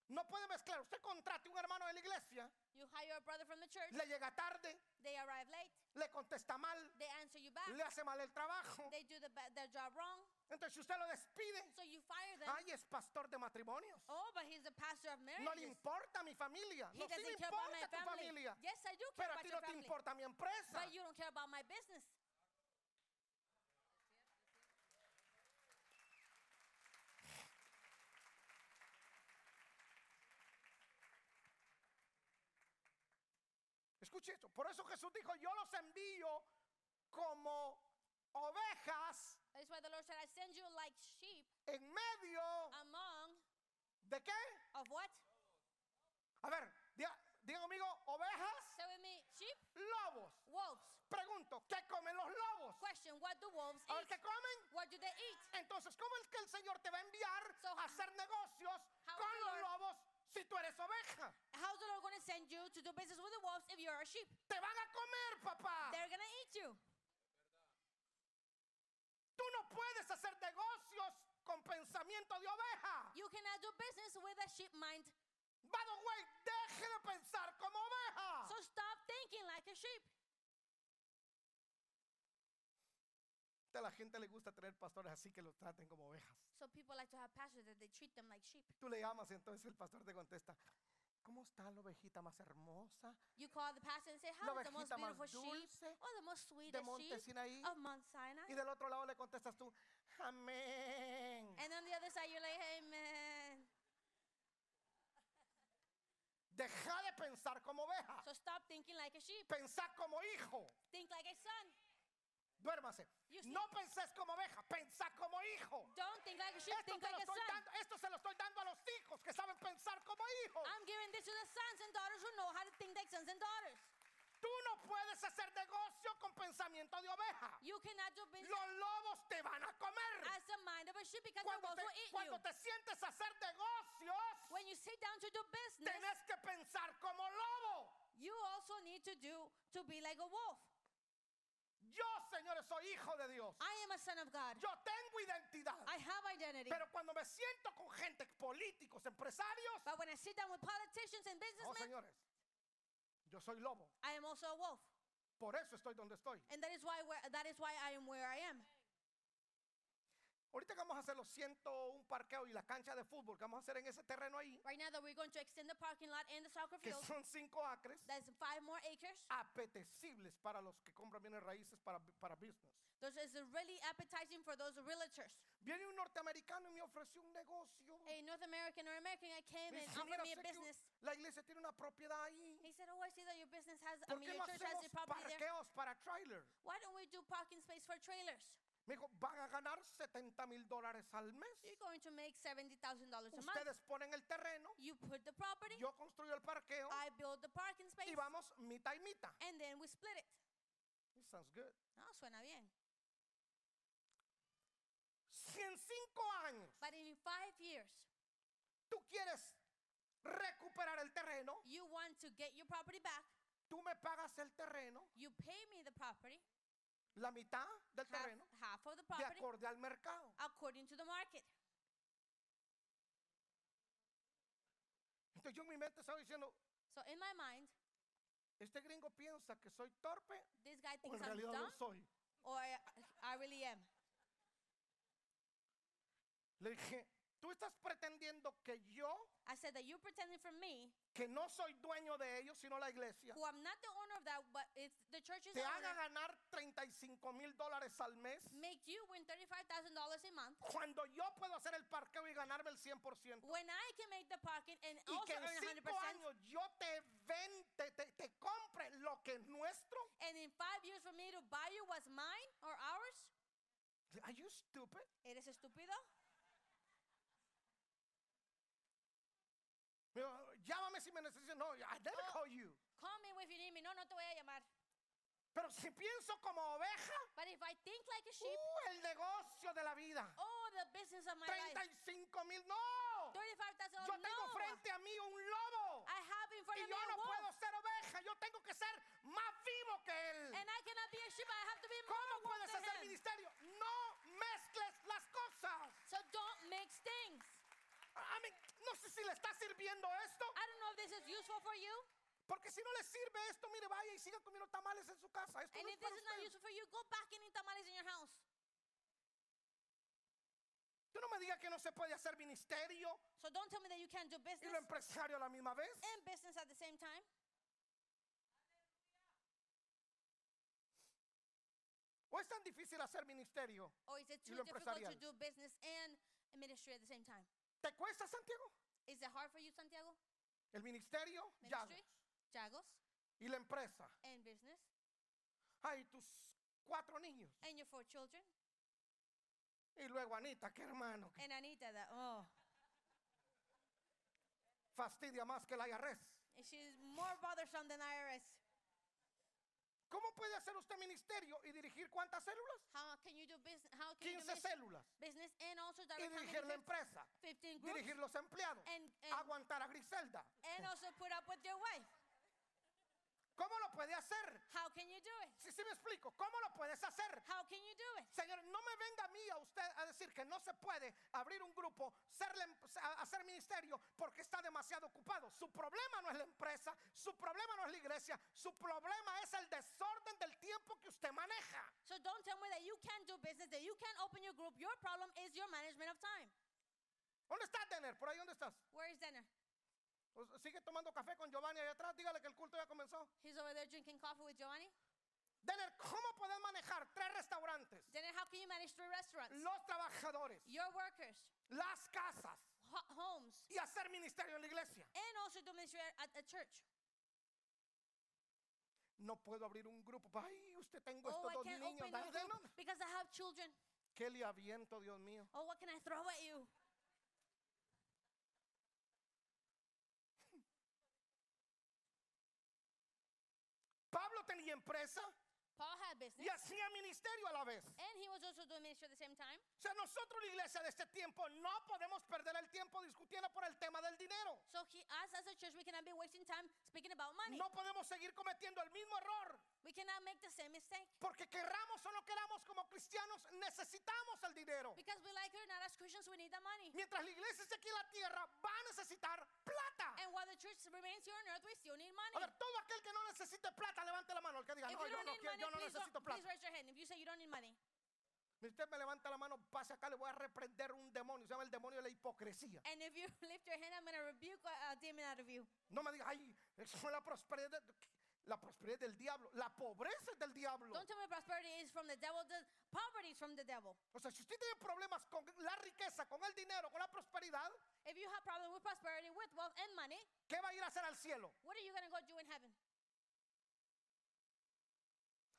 No puede mezclar. Usted contrate un hermano de la iglesia,
You hire a brother from the church,
le llega tarde,
they arrive late,
le contesta mal,
they answer you back,
le hace mal el trabajo.
they do the ba- their job wrong,
Entonces si usted lo despide.
so you fire them.
Ay, es pastor de matrimonios.
Oh, but he's a pastor of
No le
marriages.
importa mi familia.
He
No sí
doesn't
le
care about my
importa tu
family.
familia.
Yes, I do care
Pero a
about
ti no
your
te
family.
importa mi empresa.
But you don't care about my business.
Escuche esto. Por eso Jesús dijo, yo los envío como ovejas
That is why the Lord said, I send you like sheep
en medio
Ah. among
de qué?
of what?
A ver, diga, diga conmigo, ovejas,
Say with me, sheep,
lobos.
wolves.
Pregunto, ¿qué comen los lobos?
Question, what do wolves
A ver,
eat?
¿qué comen?
What do they eat?
Entonces, ¿cómo es que el Señor te va a enviar
So,
a hacer negocios
how
con
the
los
Lord-
lobos si tú eres oveja?
How's the Lord going to send you to do business with the wolves if you're a sheep?
Te van a comer, papá.
They're going to eat you.
Tú no puedes hacer negocios con pensamiento de oveja.
You cannot do business with a sheep mind.
By the way, deje de pensar como oveja.
So stop thinking like a sheep.
A la gente le gusta tener pastores así que los traten como ovejas.
So people like to have pastors that they treat them like sheep.
Tú le llamas y entonces el pastor te contesta, ¿cómo está la ovejita más hermosa?
You call the pastor and say,
la
How is the most
ovejita más
beautiful sheep?
dulce
Oh, the most
de
sweetest
Monte
sheep
Sinaí.
of Mount Sinai.
Y del otro lado le contestas tú, amén.
And on the other side, you're like, Amen.
Deja de pensar como oveja.
So stop thinking like a sheep.
Pensá como hijo.
Think like a son.
Duérmase.
You see-
No pensés como oveja, pensá como hijo.
Don't think like a sheep,
Esto,
think
te lo
like a
estoy
son.
dando- esto se lo estoy dando a los hijos que saben pensar como hijos.
I'm giving this to the sons and daughters who know how to think like sons and daughters.
Tú no puedes hacer negocio con pensamiento de oveja.
You cannot do business
Los lobos te van a comer.
as the mind of a sheep because the
Cuando
wolves
te,
will eat you.
cuando te sientes a hacer negocios,
When you sit down to do business,
tenés que pensar como lobo.
you also need to do to be like a wolf.
Yo, señores, soy hijo de Dios.
I am a son of God.
Yo tengo identidad.
I have identity.
Pero cuando me siento con gente, políticos, empresarios,
But when I sit down with politicians and
no,
businessmen,
señores. Yo soy lobo.
I am also a wolf.
Por eso estoy donde estoy.
And that is why where, that is why I am where I am.
Ahorita que vamos a hacer los 101 parqueos y la cancha de fútbol que vamos a hacer en ese terreno ahí,
Right now that we're going to extend the parking lot and the soccer
que
field,
son 5 acres,
that's five more acres.
apetecibles para los que compran bienes raíces para, bu- para business.
Those is really appetizing for those realtors.
Viene un norteamericano y me ofreció un negocio.
A North American or American guy came
Me
and
dice,
offered
"Mira,
me a
sé que u-
business.
La iglesia tiene una propiedad ahí.
He said, "Oh, I see that your business has, I
¿Por
mean,
qué
your
no
church has
hacemos
your property there.
parqueos para trailer?
Why don't we do parking space for trailers?
Me dijo, van a ganar 70 mil dólares al mes.
You're going to make seventy thousand dollars a month.
Ustedes ponen el terreno,
You put the property.
yo construyo el parqueo
I build the parking space,
y vamos mitad y mitad.
and then we split it.
It sounds good.
No, suena bien.
Si en cinco años
But in five years,
tú quieres recuperar el terreno,
you want to get your property back.
tú me pagas el terreno,
You pay me the property,
la mitad del
half,
terreno,
half of the
de
property,
acorde al mercado.
according to the market.
Entonces yo en mi mente estaba diciendo,
So in my mind,
este gringo piensa que soy torpe
this guy
o
thinks
en
I'm
realidad no
dumb,
soy.
or I, I really am.
Le dije, tú estás pretendiendo que yo,
I said that you're pretending from me,
que no soy dueño de ellos, sino la iglesia,
who I'm not the owner of that, but it's the church's
te haga
owner,
ganar 35 mil dólares al mes
make you win thirty-five thousand dollars a month.
cuando yo puedo hacer el parqueo y ganarme el 100%.
When I can make the parking and
Y que
also
en
earn hundred
cinco
percent,
años yo te ven, te, te, te compre lo que es nuestro.
and in five years for me to buy you what's mine or ours,
Are you stupid?
eres estúpido.
Me dijo, Llámame si me necesitas. No, I never
Oh.
call you.
Call me if you need me. No, no te voy a llamar.
Pero si pienso como oveja,
But if I think like a sheep,
uh, el negocio de la vida.
oh, the business of my life.
35 mil, no.
Thirty-five thousand.
Yo
No, Ah,
tengo frente a mí un lobo.
I have in front
Y
of me
yo
a
no
wolf,
puedo ser oveja, yo tengo que ser más vivo que él.
and I cannot be a sheep. I have to be more
¿Cómo puedes
than
hacer
him.
ministerio? No mezcles las cosas.
So don't mix things.
A mí, no sé si le está sirviendo esto,
I don't know if this is useful for you,
porque si no le sirve esto, mire, vaya y siga comiendo tamales en su casa. Esto
and
no
if
es
this
para
is not
usted.
useful for you, go back and eat tamales in your house.
Tú no me digas que no se puede hacer ministerio
So don't tell me that you can't do
y
business
lo empresario a la misma vez.
and business at the same time.
¿O es tan difícil hacer ministerio?
Or is it
Y
too
lo
difficult to
empresarial.
do business and ministry at the same time?
¿Te cuesta, Santiago?
Is it hard for you, Santiago?
El ministerio, ya.
Ministry, Jagos,
Y la empresa.
and business,
Ay, tus cuatro niños.
and your four children,
Y luego Anita, qué hermano, que
and Anita. That oh,
fastidia más que la IRS.
she's more bothersome than IRS.
¿Cómo puede hacer usted ministerio y dirigir cuántas células?
How can you do business? How can you do
15
ministry,
células.
business and also
Y
direct
dirigir la
company
empresa,
fif- 15 groups, Eh,
dirigir los empleados,
and, and,
aguantar a Griselda.
and also put up with your wife?
¿Cómo lo puede hacer?
How can you do it?
Si sí me explico, ¿cómo lo puedes hacer?
How can you do it?
Señor, no me venga a mí a usted a decir que no se puede abrir un grupo, ser la em- a- hacer ministerio porque está demasiado ocupado. Su problema no es la empresa, su problema no es la iglesia, su problema es el desorden del tiempo que usted maneja.
So don't tell me that you can't do business, that you can't open your group. Your problem is your management of time.
¿Dónde está Denner? ¿Por ahí dónde estás?
Where is Denner?
Pues, Sigue tomando café con Giovanni allá atrás, dígale que el culto ya comenzó.
He's over there drinking coffee with Giovanni.
Denner, ¿cómo podés manejar tres restaurantes,
Denner, how can you manage three restaurants?
los trabajadores,
Your workers,
las casas
ho- homes,
y hacer ministerio en la iglesia?
and also do ministry at, at a church.
No puedo abrir un grupo. Ay, usted tengo
Oh,
estos
I
dos
can't
niños.
open a
Ay,
group
no.
because I have children.
¿Qué le aviento, Dios mío?
Oh, what can I throw at you?
Pablo tenía empresa
Paul had business,
y hacía ministerio a la vez.
and he was also doing ministry at the same time.
O sea, nosotros, la iglesia de este tiempo, no podemos perder el tiempo discutiendo por el tema del dinero.
So he, us as a church, we cannot be wasting time speaking about money.
No podemos seguir cometiendo el mismo error.
We cannot make the same mistake
Porque querramos o no queramos como cristianos, necesitamos el dinero.
because we like it or not, as Christians, we need the money.
Mientras la iglesia esté aquí en la tierra, va a necesitar plata.
And while the church remains here on earth, we still need
A
money.
ver, todo aquel que no necesite plata, levante la mano. El que diga,
If
no,
you
yo
don't
no,
need
quiero,
money,
yo no
please, don't-
necesito
please
plata.
raise your hand. If you say you don't need money,
Si usted me levanta la mano, pase acá, le voy a reprender un demonio. Se llama el demonio de la hipocresía.
And if you lift your hand, I'm going to rebuke a a demon out of you.
No me digas, ay, eso fue la prosperidad. de- La prosperidad del diablo. La pobreza es del diablo.
Don't tell me prosperity is from the devil. The poverty is from the devil.
O sea, si usted tiene problemas con la riqueza, con el dinero, con la prosperidad,
If you have problem with prosperity, with wealth and money,
¿qué va a ir a hacer al cielo?
what are you going to go do in heaven?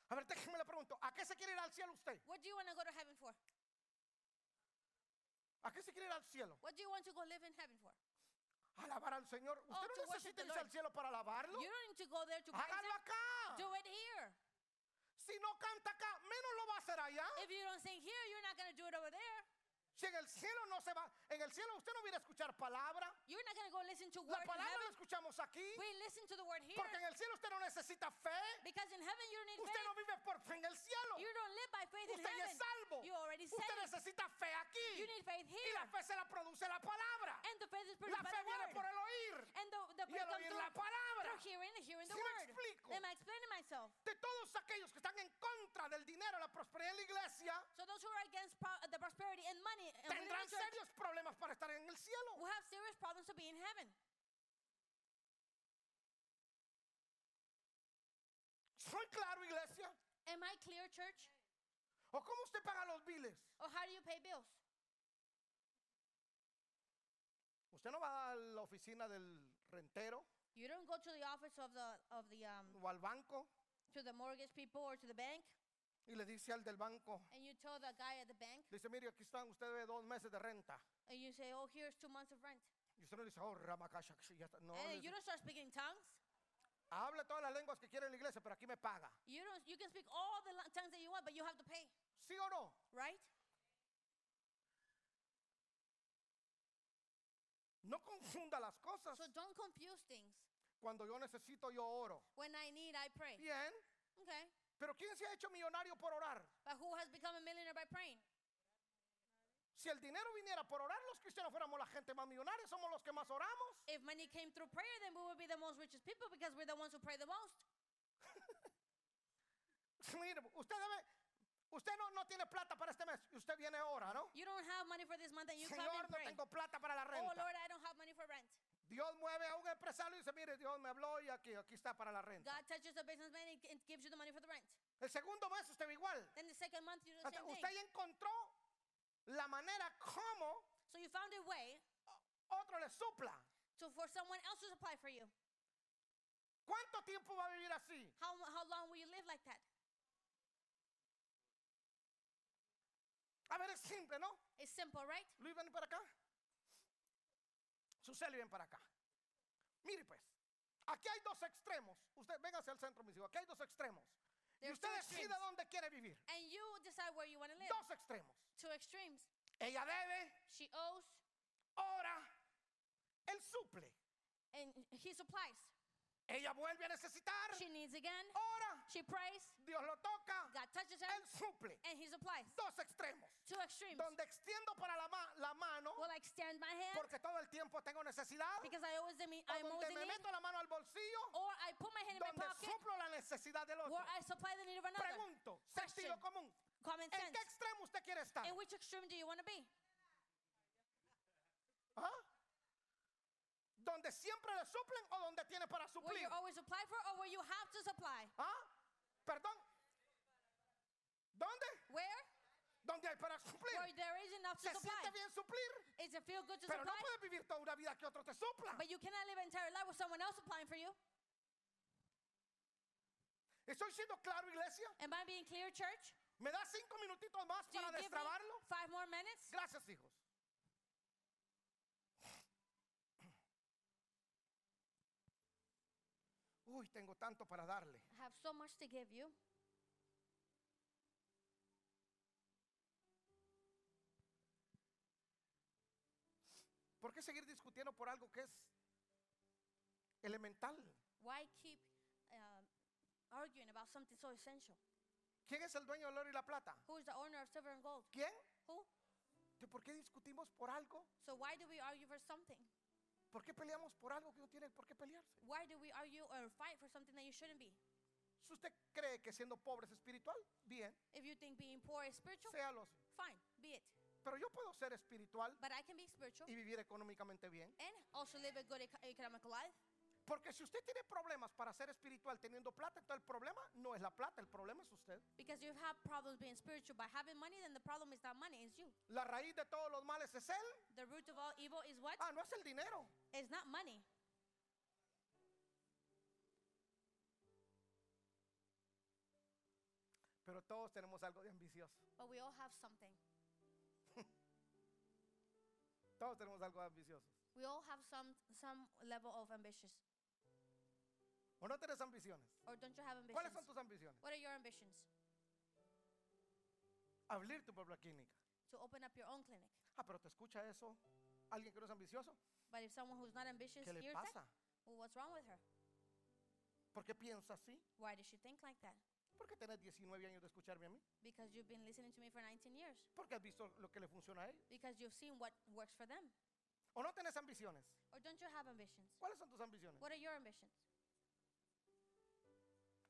A ver, déjeme le pregunto, ¿a qué se quiere ir al cielo usted?
What do you want to go to heaven for?
¿A qué se quiere ir al cielo?
What do you want to go live in heaven for?
¿A Alabar al Señor. ¿Usted
Oh, to
no
worship
necesita
the
irse al
Lord.
cielo para alabarlo?
You don't need to go there to praise
Hágalo
him. Do
acá.
it here.
Si no canta acá, menos lo va a hacer allá.
If you don't sing here, you're not going to do it over there.
Si en el cielo no se va, en el cielo usted no viene a escuchar palabra.
You're not going to go listen to
La
word in
palabra
heaven.
la escuchamos aquí.
We listen to the word here
Porque en el cielo usted no necesita fe.
because in heaven you don't need
Usted
faith.
no vive por fe en el cielo.
You don't live by faith in
Usted ya
heaven.
es salvo.
You already
Usted
saved.
necesita fe
You
aquí.
need faith
Y
here.
la fe se la produce la palabra.
And the faith
La
is produced by
fe
the
viene por
word.
el oír.
And the, the
Y
faith
el
comes
oír
through,
la palabra.
through hearing and hearing the
¿Sí me
word.
explico?
Am I explaining myself?
De todos aquellos que están en contra del dinero, la prosperidad de la iglesia,
So those who are against pro- the prosperity and money and within the
tendrán
church
serios problemas para estar en el cielo.
will have serious problems to be in heaven.
¿Soy claro, iglesia?
Am I clear, church?
¿O cómo usted paga los biles?
Or Oh, how do you pay bills?
Usted no va a la oficina del rentero
You don't go to the office of the of the um
o al banco
to the mortgage people or to the bank
y le dice al del banco,
and you tell the guy at the bank
le dice, mire, aquí están, usted debe dos meses de renta.
and you say, Oh, here's two months of rent.
Y usted no le dice, oh, Ramakasha, ya está. No, le
and
dice,
you don't start speaking tongues.
habla todas las lenguas que quiere la iglesia, pero aquí me paga.
You don't you can speak all the lo- tongues that you want, but you have to pay,
¿Sí o no?
right?
No confunda las cosas.
So don't confuse things.
Cuando yo necesito, yo oro.
When I need, I pray.
Bien,
Okay.
pero ¿quién se ha hecho millonario por orar?
But who has become a millionaire by praying?
Si el dinero viniera por orar, los cristianos fuéramos la gente más millonaria, somos los que más oramos.
If money came through prayer, then we would be the most richest people because we're the ones who pray the most.
Mire, usted debe, usted no, no tiene plata para este mes y usted viene ahora, ¿no?
You don't have money for this month and you come and
Señor, no
pray.
tengo plata para la
oh
renta.
Lord, I don't have money for rent.
Dios mueve a un empresario y dice, mire, Dios me habló y aquí, aquí está para la renta.
God touches a businessman and and gives you the money for the rent.
El segundo mes usted va igual.
Then the second month you do the
Entonces,
same
usted
thing.
ya encontró la manera como
So you found a way
otro le supla.
to for someone else to supply for you.
¿Cuánto tiempo va a vivir así?
How mo- how long will you live like that?
A ver, es simple, ¿no?
It's simple, right?
Luis, ven para acá. Suseli, ven para acá. Mire, pues, aquí hay dos extremos. Usted, véngase al centro, mis hijos. Aquí hay dos extremos. Y
There's
usted
two
decida
extremes.
dónde quiere vivir.
And you decide where you want to live.
Dos extremos.
Two extremes.
Ella debe,
She owes
ora, él suple.
and he supplies.
Ella vuelve a necesitar,
She needs again.
ora,
She prays.
Dios lo toca,
God touches her
él suple.
and he supplies.
Dos extremos.
Two extremes.
Donde extiendo para la, ma- la mano
Will I extend my hand
porque todo el tiempo tengo necesidad.
because I always need,
O
I'm always
donde
in
me
need,
meto la mano al bolsillo
or I put my hand in my
donde
pocket,
suplo la necesidad del otro.
or I supply the need of another.
Pregunto,
Question.
sentido común.
Common
¿En qué
sense.
extremo usted quiere estar?
In which extreme do you want to be?
¿Ah? ¿Donde siempre le suplen o donde tiene para
Where
suplir?
you're always supplied for, or where you have to supply?
¿Ah? ¿Perdón? ¿Dónde?
Where?
¿Dónde hay para
Where
suplir?
there is enough to
Se
supply.
siente bien suplir,
Is it feel good to
pero no
supply?
puede vivir toda una vida que otro te supla.
But you cannot live an entire life with someone else supplying for you.
¿Estoy siendo claro, iglesia?
Am I being clear, church?
¿Me da cinco minutitos más
Do you
para
give me
destrabarlo?
five more minutes?
Gracias, hijos. Uy, tengo tanto para darle.
I have so much to give you.
¿Por qué seguir discutiendo por algo que es elemental?
Why keep um, arguing about something so essential?
¿Quién es el dueño del oro y la plata?
Who is the owner of silver and gold?
¿Quién?
Who?
¿De ¿Por qué discutimos por algo?
So why do we argue for something?
¿Por qué peleamos por algo que no tiene por qué pelearse?
Why do we argue or fight for something that you shouldn't be?
Si usted cree que siendo pobre es espiritual, bien,
If you think being poor is spiritual,
séalo. así.
fine, be it.
Pero yo puedo ser espiritual
But I can be spiritual
y vivir económicamente bien.
and also live a good eco- economic life.
Porque si usted tiene problemas para ser espiritual teniendo plata, entonces el problema no es la plata, el problema es usted.
Because you have problems being spiritual by having money, then the problem is not money, it's you.
La raíz de todos los males es él.
The root of all evil is what?
Ah, no es el dinero.
It's not money.
Pero todos tenemos algo de ambicioso.
But we all have something.
Todos tenemos algo de ambicioso.
We all have some some level of ambitious.
¿O no tenés ambiciones?
Or don't you have
¿Cuáles son
ambitions?
tus ambiciones?
What are your ambitions?
Abrir tu propia clínica.
To open up your own clinic.
Ah, pero te escucha eso. ¿Alguien que no es ambicioso?
But if someone who's not ambitious
¿Qué le
hears that,
pasa?
well, what's wrong with her?
¿Por qué piensa así?
Why does she think like that?
¿Por qué tenés 19 años de escucharme a mí?
Because you've been listening to me for 19 years.
¿Por qué has visto lo que le funciona a él?
Because you've seen what works for them.
¿O no tenés ambiciones?
Or don't you have ambitions?
¿Cuáles son tus ambiciones?
What are your ambitions?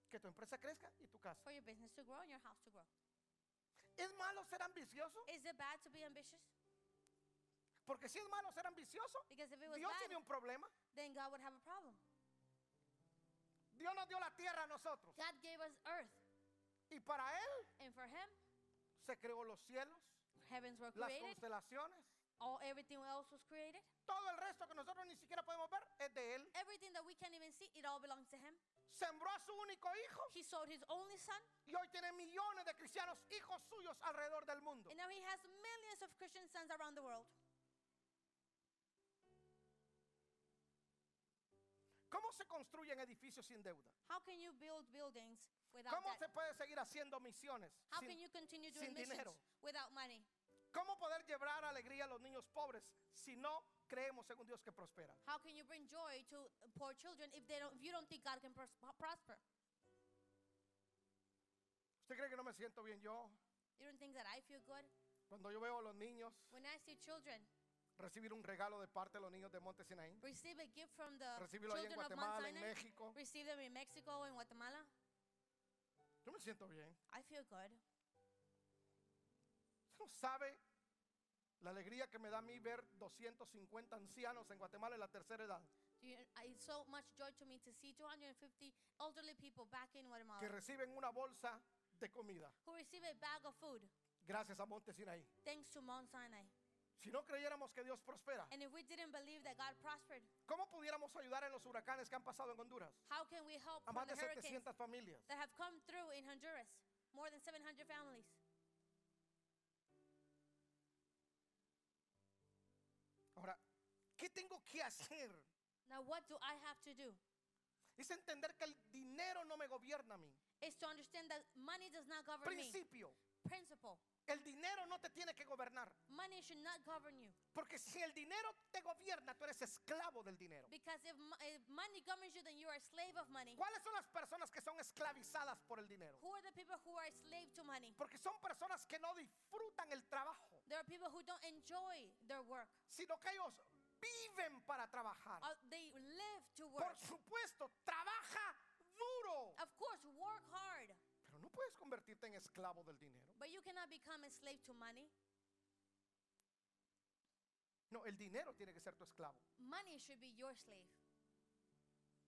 Que tu empresa crezca y tu casa.
For your business to grow and your house to grow.
¿Es malo ser ambicioso?
Is it bad to be ambitious?
Porque si es malo ser ambicioso,
Because if it was
Dios tiene
bad,
un problema.
then God would have a problem.
Dios nos dio la tierra a nosotros.
God gave us earth,
Y para Él
and for Him,
se creó los cielos,
heavens were
las
created.
constelaciones.
All everything else was created.
Todo el resto que nosotros ni siquiera podemos ver es de Él.
Everything that we can't even see, it all belongs to Him.
Sembró a su único hijo
He sold His only Son,
y hoy tiene millones de cristianos, hijos suyos alrededor del mundo.
and now He has millions of Christian sons around the world.
¿Cómo se construyen edificios sin deuda?
How can you build buildings without
¿Cómo se
that?
puede seguir haciendo misiones?
How
sin-
can you continue
sin
doing missions
dinero?
without money?
¿Cómo poder llevar alegría a los niños pobres si no creemos en un Dios que prospera?
How can you bring joy to poor children if they don't, if you don't think God can pros- prosper?
¿Usted cree que no me siento bien yo?
You don't think that I feel good
Cuando yo veo a los niños
when I see children
recibir un regalo de parte de los niños de Monte Sinaí,
receive a gift from the
recibirlo ahí en
Uh, children of Mount
Guatemala, en
Sinai,
México,
receive them in Mexico and Guatemala.
yo me siento bien.
I feel good.
Usted no sabe la alegría que me da a mí ver 250 ancianos en Guatemala en la tercera edad
You, I- it's so much joy to me to see 250 elderly people back in
que
Guatemala
reciben una bolsa de comida
who receive a bag of food
gracias a Monte Sinaí.
thanks to Mount Sinai.
Si no creyéramos que Dios prospera,
And if we didn't believe that God prospered,
¿cómo pudiéramos ayudar en los huracanes que han pasado en Honduras?
how can we
A
help from
más de
the hurricanes
700 familias.
that have come through in Honduras? More than 700 families.
Ahora, ¿qué tengo que hacer?
Now, what do I have to do?
Es entender que el dinero no me gobierna a mí.
Is to understand that money does not govern me.
Principio,
Principle.
el dinero no te tiene que gobernar.
Money should not govern you.
Porque si el dinero te gobierna, tú eres esclavo del dinero.
Because if, mo- if money governs you, then you are a slave of money.
¿Cuáles son las personas que son esclavizadas por el dinero?
Who are the people who are a slave to money?
Porque son personas que no disfrutan el trabajo,
There are people who don't enjoy their work.
sino que ellos viven para trabajar.
Uh, they live to
Por
work.
supuesto, trabaja duro.
Of course, work hard,
Pero no puedes convertirte en esclavo del dinero.
but you cannot become a slave to money.
No, el dinero tiene que ser tu esclavo.
Money should be your slave.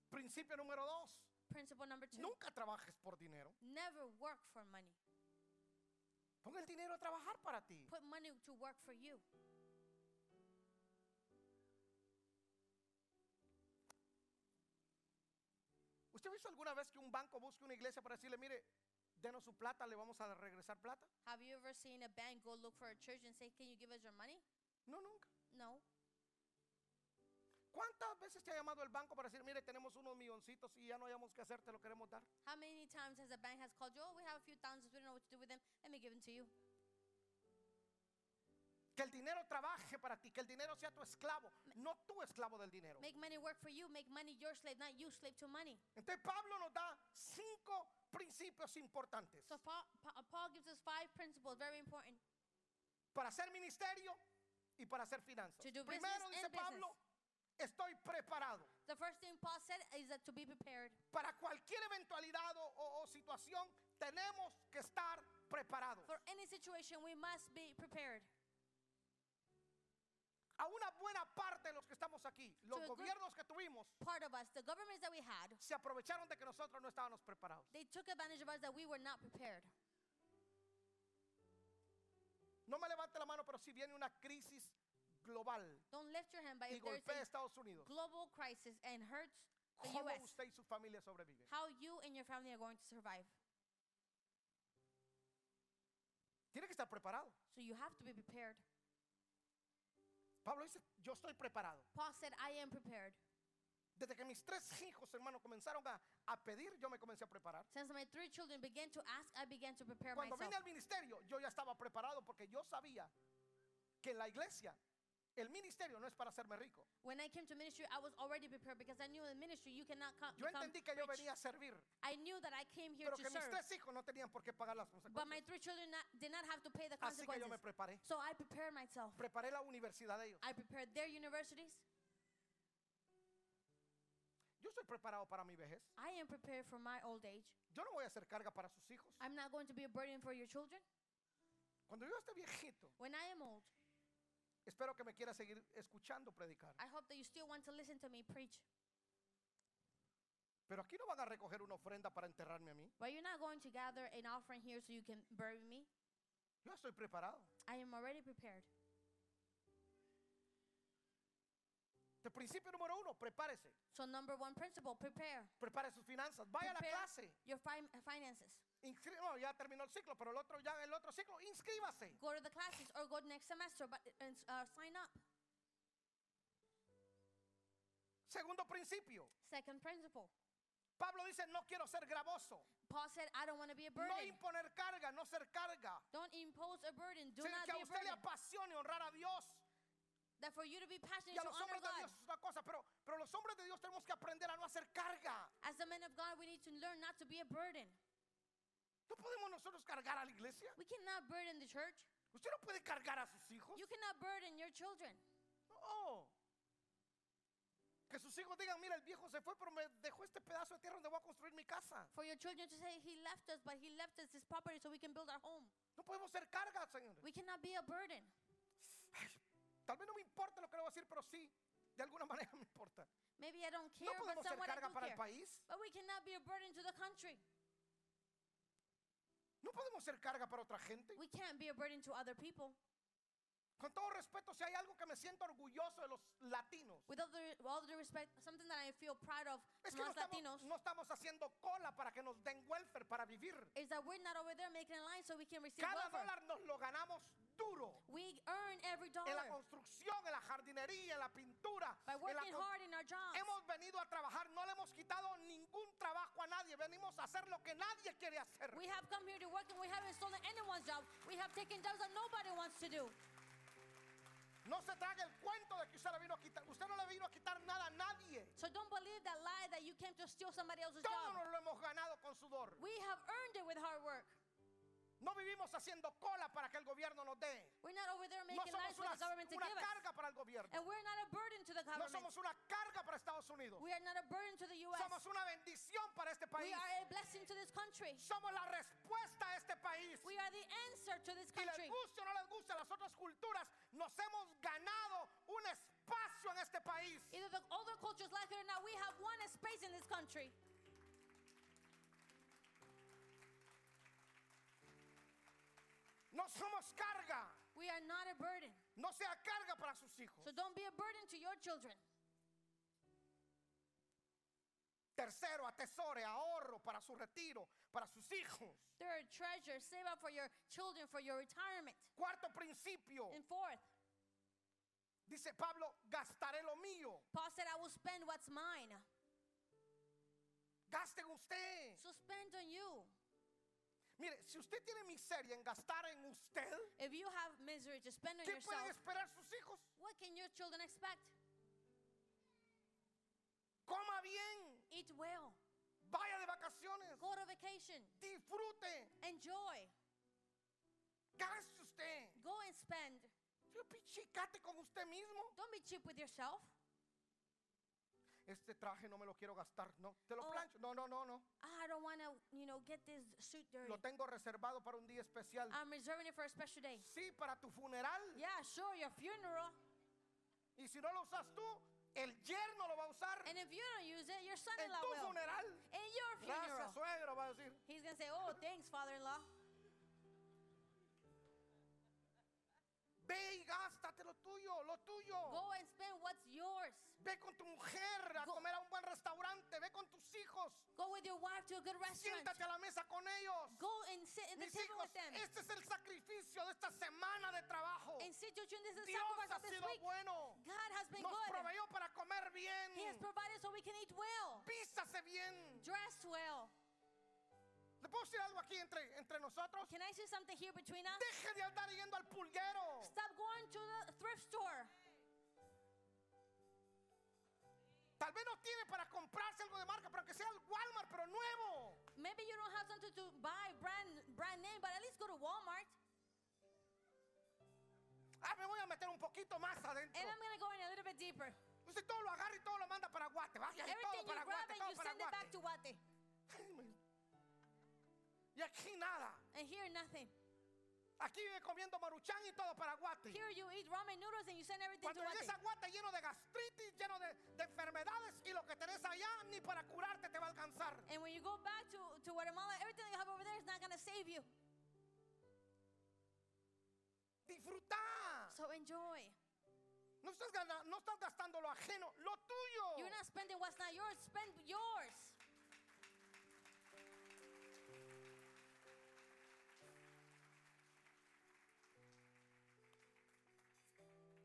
Principio número dos,
Principle number two
nunca trabajes por dinero.
never work for money.
Pon el dinero a trabajar para ti.
Put money to work for you.
¿Usted ha visto alguna vez que un banco busque una iglesia para decirle, mire, denos su plata, le vamos a regresar plata?
Have you ever seen a bank go look for a church and say, Can you give us your money?
No, nunca.
No.
¿Cuántas veces te ha llamado el banco para decir, mire, tenemos unos milloncitos y ya no hayamos que hacer, te lo queremos dar?
How many times has a bank has called you? Oh, we have a few thousands. We don't know what to do with them. Let me give them to you.
Que el dinero trabaje para ti, que el dinero sea tu esclavo, no tú esclavo del dinero.
Make money work for you. Make money your slave, not you slave to money.
Entonces Pablo nos da cinco principios importantes.
So Paul, Pa- Paul gives us five principles, very important.
Para hacer ministerio y para hacer finanzas.
To do business
Primero
and
dice Pablo, estoy preparado
The first thing Paul said is that to be prepared
para cualquier eventualidad o, o- tenemos que estar preparados.
For any situation, we must be prepared.
A una buena parte de los que estamos aquí, los
To a good-
gobiernos que tuvimos,
Part of us, the governments that we had,
se aprovecharon de que nosotros no estábamos preparados.
they took advantage of us that we were not prepared.
No me levante la mano, pero si viene una crisis global
Don't lift your hand, but
y
if there's
golpea a
a
Estados Unidos,
global crisis and hurts the
¿cómo
U.S.,
usted y su familia sobreviven?
how you and your family are going to survive.
Tiene que estar preparado.
So you have to be prepared.
Pablo dice, yo estoy preparado.
Paul said, I am prepared.
Desde que mis tres hijos, hermano, comenzaron a, a pedir, yo me comencé a preparar.
Since my three children began to ask, I began to prepare
Cuando vine
myself.
al ministerio, yo ya estaba preparado porque yo sabía que en la iglesia, el ministerio no es para hacerme rico.
When I came to ministry, I was already prepared because I knew in ministry you cannot come.
Yo entendí que yo venía a servir,
I knew that I came here
pero
to
que mis
serve,
tres hijos no tenían por qué pagar las
but my
consecuencias.
three children not, did not have to pay the
Así que yo me
consequences.
preparé.
So I prepared myself.
Preparé la universidad de ellos.
I prepared their universities.
Yo estoy preparado para mi vejez.
I am prepared for my old age.
Yo no voy a hacer carga para sus hijos.
I'm not going to be a burden for your children.
Cuando yo esté viejito,
When I am old,
espero que me quiera seguir escuchando predicar.
I hope that you still want to listen to me preach.
Pero aquí no van a recoger una ofrenda para enterrarme a mí.
But you're not going to gather an offering here so you can bury me.
Yo estoy preparado.
I am already prepared.
De principio número uno, prepárese.
So number one principle, prepare
Prepare sus finanzas. Vaya a la
Prepare.
clase.
your fin- uh, finances.
Inscri- no, ya terminó el ciclo, pero el otro ya el otro ciclo, inscríbase.
Go to the classes or go next semester, but and, uh, sign up.
Segundo principio.
Second principle,
Pablo dice, "No quiero ser gravoso,
Paul said, I don't want to be a
no
burden.
imponer carga, no ser carga."
Don't impose a burden. Do
Sí,
not
que a
be a
usted le
burden.
apasione honrar a Dios
That for you to be
y
passionate
a
to
los
honor
hombres de
ah, God.
Dios es una cosa, pero pero los hombres de Dios tenemos que aprender a no hacer carga.
As the men of God, we need to learn not to be a burden.
No podemos nosotros cargar a la iglesia.
We cannot burden the church.
Usted no puede cargar a sus hijos.
You cannot burden your children.
No. Que sus hijos digan, mira, el viejo se fue, pero me dejó este pedazo de tierra donde voy a construir mi casa.
For your children to say, He left us, but He left us His property so we can build our home.
No podemos ser cargas, señores.
We cannot be a burden.
Ay, Tal vez no me importa lo que le voy a decir, pero sí, de alguna manera me importa.
Maybe I don't care,
No
but
podemos ser
somewhat I
carga
do
para el
care.
país.
But we cannot be a burden to the country.
No podemos ser carga para otra gente.
We can't be a burden to other people.
Con todo respeto, si hay algo que me siento orgulloso de los latinos,
With all the, all the respect, something that I feel proud of
es
from
que no
us
estamos,
Latinos
no estamos haciendo cola para que nos den welfare para vivir.
is that we're not over there making a line so we can receive
Cada
welfare.
dólar nos lo ganamos duro.
We earn every
En la
dollar
construcción, en la jardinería, en la pintura,
eh. by
en la
working
con-
hard in our jobs.
Hemos venido a trabajar, no le hemos quitado ningún trabajo a nadie. Venimos a hacer lo que nadie quiere hacer.
We have come here to work and we haven't stolen anyone's job. We have taken jobs that nobody wants to do.
No se traga el cuento de que usted le vino a quitar. Usted no le vino a quitar nada a nadie.
So don't believe that lie that you came to steal somebody else's
Todos
job.
nos lo hemos ganado con sudor.
We have earned it with hard work.
No vivimos haciendo cola para que el gobierno nos dé.
We're not over there
No
making lies
somos
for
una,
the government to
una
give us.
carga para el gobierno.
And we're not a burden to the
No
government.
somos una carga para Estados Unidos.
We are not a burden to the U.S.
Somos una bendición para este
Pues, We
país.
are a blessing to this country.
Somos la respuesta a este país.
We are the answer to this
Si les
country.
gusta o no les gusta a las otras culturas, nos hemos ganado un espacio en este país.
Either the older cultures like it or not, we have won a space in this country.
No somos carga.
We are not a burden.
No sea carga para sus hijos.
So don't be a burden to your children.
Tercero, atesore, ahorro para su retiro, para sus hijos.
There are treasures. Save up for your children, for your retirement.
Cuarto principio,
And fourth,
dice Pablo, gastaré lo mío.
Paul said, I will spend what's mine.
Gasten usted.
So spend on you.
Mire, si usted tiene miseria en gastar en usted,
If you have misery, just spend on
¿qué pueden
yourself.
esperar sus hijos?
What can your children expect?
Coma bien,
Eat well.
vaya de vacaciones,
Go to vacation.
disfrute,
Enjoy.
gaste usted.
Go and spend.
Yo pichicate con usted mismo.
Don't be cheap with yourself.
este traje no me lo quiero gastar, no, te lo
Oh.
plancho, no, no, no, no,
Ah, I don't want to, you know, get this suit dirty.
lo tengo reservado para un día especial.
I'm reserving it for a special day.
Sí, para tu funeral.
Yeah, sure, your funeral.
Y si no lo usas tú, el yerno lo va a usar
And if you don't use it, your
en
son-in-law
tu
will.
funeral.
In your funeral.
Gracias, suegro, va a decir.
He's going to say, oh, thanks, father-in-law.
Ve y gástate lo tuyo, lo tuyo.
Go and spend what's yours.
Ve con tu mujer a
Go.
comer a un buen restaurante. Ve con tus hijos.
Go with your wife to a good restaurant.
Siéntate a la mesa con ellos.
Go and sit at the
Mis
table
hijos,
with them.
este es el sacrificio de esta semana de trabajo.
And sit your children. This is the
Dios
sacrifice
ha
of this
sido
week.
bueno.
God has been
Nos
good.
proveyó para comer
He has
bien.
provided so we can eat well,
Písase bien.
dress well.
¿Le puedo decir algo aquí entre, entre nosotros?
Can I say something here between us?
Deje de andar yendo al pulguero.
Stop going to the thrift store.
Tal vez no tiene para comprarse algo de marca, pero aunque sea el Walmart, pero nuevo.
Maybe you don't have something to buy brand brand name, but at least go to Walmart.
Ah, me voy a meter un poquito más adentro.
And I'm gonna go in a little bit deeper.
Usted todo lo agarra y todo lo manda para Guate. Vaya, y todo
Everything you
para
grab
Guate,
and
todo
you
para
send it back
Guate.
to Wate.
Y aquí nada.
And here nothing.
Aquí vive comiendo maruchán y todo para Guate.
Here you eat ramen noodles and you send everything
Cuando
to Wate.
llegues a Guate lleno de gastritis, lleno de, de enfermedades y lo que tenés allá ni para curarte te va a alcanzar.
And when you go back to, to Guatemala, everything you have over there is not gonna save you.
Disfruta.
So enjoy.
No estás, gana- no estás gastando lo ajeno, lo tuyo.
You're not spending what's not yours, spend yours.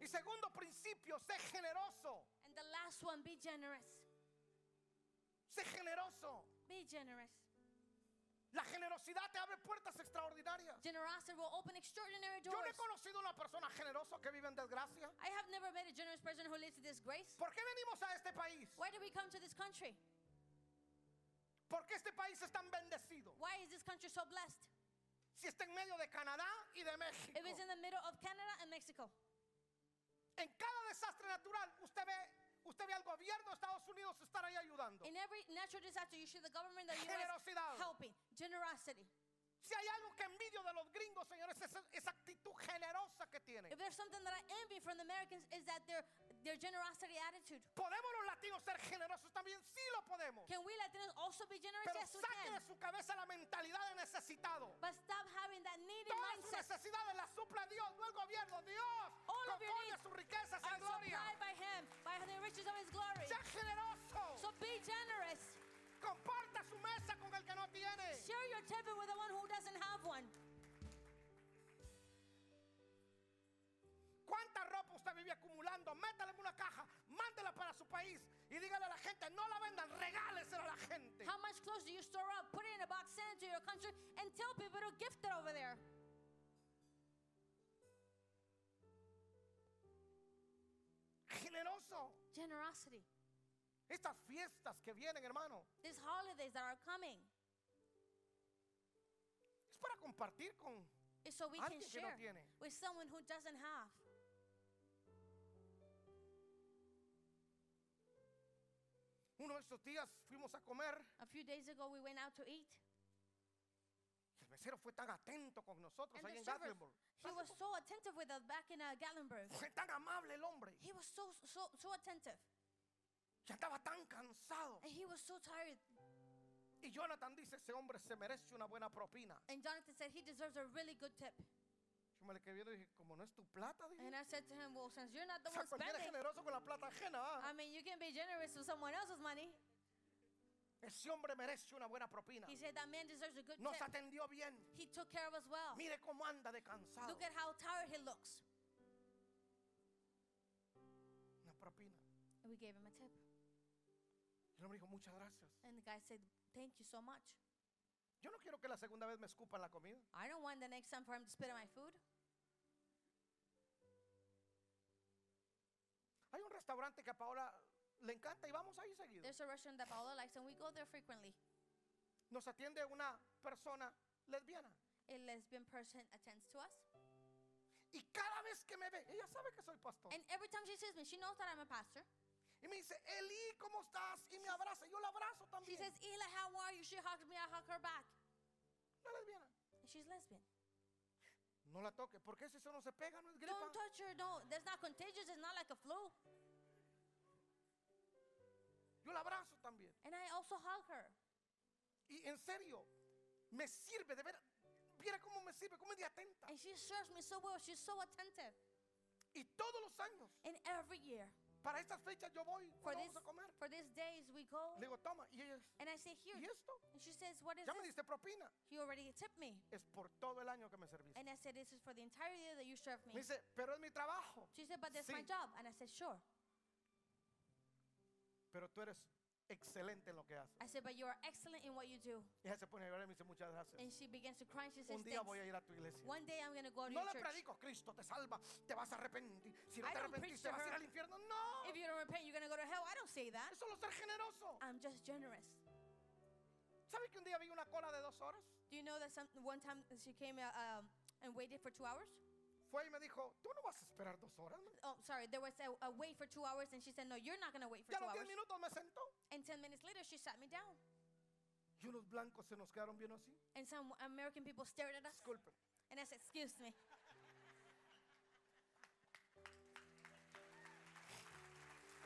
Y segundo principio, sé generoso.
And the last one, be generous.
Sé generoso.
Be generous.
La generosidad te abre puertas extraordinarias.
Generosity will open extraordinary
Yo no he
doors.
conocido una persona generosa que vive en desgracia.
I have never met a generous person who lives in disgrace.
¿Por qué venimos a este país?
Why did we come to this country?
¿Por qué este país es tan bendecido?
Why is this country so blessed?
Si está en medio de Canadá y de México.
If it's in the middle of Canada and Mexico.
En cada desastre natural, usted ve, usted ve al gobierno de Estados Unidos estar ahí ayudando.
In every natural disaster, you see the government of the U.S.
Generosidad.
helping. Generosity.
Si hay algo que envidio de los gringos, señores, es esa actitud generosa que tienen.
If there's something that I envy from the Americans is that their, their generosity attitude.
¿Podemos los latinos ser generosos también? Sí lo podemos.
Can we Latinos also be generous?
Pero
Yes, we
saque de
can.
su cabeza la mentalidad de necesitado.
But stop having that needy
Todas sus
mindset. Oh,
necesidades las supla Dios, no el gobierno. Dios
All of your
conforme a
needs
sus riquezas en
Are
gloria.
supplied by Him, by the riches of His glory.
Sea generoso.
So be generous.
Comparta su mesa con el que no tiene.
Share your table with the one who doesn't have one.
¿Cuánta ropa usted vive acumulando? Métala en una caja, mándela para su país y dígale a la gente, no la vendan, regálesela a la gente.
How much clothes do you store up? Put it in a box, send it to your country, and tell people to gift it over there.
Generoso.
Generosity.
Estas fiestas que vienen, hermano,
These holidays that are coming
es para compartir con...
is so we can
Alguien que no
share
tiene.
with someone who doesn't have.
Uno de estos días fuimos a comer,
A few days ago, we went out to eat,
el mesero fue tan atento con nosotros
and
ahí
the
en
server,
Gatlinburg.
he was so attentive with us back in uh, Gatlinburg.
Fue tan amable el hombre
He was so so so attentive,
y andaba tan cansado.
and he was so tired.
Y Jonathan dice, ese hombre se merece una buena propina.
And Jonathan said he deserves a really good tip.
Yo me le quedé viendo y dije, como no es tu plata, dije.
And I said to him, well, since you're not
O
the
sea,
one
cualquiera es
spending,
generoso con la plata ajena. ¿ah?
I mean, you can be generous with someone else's money.
Ese hombre merece una buena propina.
He said that man deserves a good
Nos
tip.
atendió bien.
He took care of us well.
Mire cómo anda de cansado.
Look at how tired he looks.
Una propina.
And we gave him a tip.
El hombre dijo, muchas gracias.
And the guy said, thank you so much.
Yo no quiero que la segunda vez me escupan la comida.
I don't want the next time for him to spit on my food.
Hay un restaurante que a Paola le encanta y vamos ahí seguido.
There's a restaurant that Paola likes, and we go there frequently.
Nos atiende una persona lesbiana.
A lesbian person attends to us.
Y cada vez que me ve, ella sabe que soy pastor. Oh.
And every time she sees me, she knows that I'm a pastor.
Y me dice, Eli, ¿cómo estás? Y me abraza. Yo la abrazo
She
también.
says, Eli, how are you? She hugs me, I hug her back.
Una lesbiana.
And she's lesbian.
No la toque, porque si eso no se pega, no es gripa.
Don't touch her. No, that's not contagious. It's not like a flu.
Yo la abrazo también.
And I also hug her.
Y en serio, me sirve de ver. Viera cómo me sirve, cómo es de atenta.
And she serves me so well. She's so attentive.
Y todos los años,
And every year,
para estas fechas, yo voy
For
cuando vamos
this-
a comer.
for these days, we go.
Le digo, toma. Y ella,
And I say, Here.
¿y esto?
And she says, What is
Ya me
this?
diste propina.
You already tipped me.
Es por todo el año que me serviste.
And I said, This is for the entire year that you served
Me
me.
dice, pero es mi trabajo.
She said, But that's my
Sí.
job. And I said, Sure.
Pero tú eres excelente en lo que haces.
I said, But you are excellent in what you do.
Y ella se pone a llorar y me dice, muchas gracias.
And she begins to cry. And she says,
Un día
Thanks.
voy a ir a tu iglesia.
One day I'm going to go to
No le
your church.
predico, Cristo te salva, te vas a arrepentir. Si no
I
te
don't
arrepentís,
preach
te
to
vas a ir
her.
al infierno. No,
If you Ah. don't repent, you're going to go to hell. I don't say that.
es solo ser generoso.
I'm just generous.
¿Sabe que un día vi una cola de dos horas?
Do you know that some, one time she came uh, um, and waited for two hours?
Fue y me dijo, tú no vas a esperar dos horas. ¿no?
Oh, sorry, there was a, a wait for two hours, and she said, No, you're not going to wait for
Ya a
two
los 10
hours.
minutos me sentó.
And 10 minutes later, she sat me down.
Y unos blancos se nos quedaron bien así.
And some American people stared at us.
Disculpen.
And I said, Excuse me.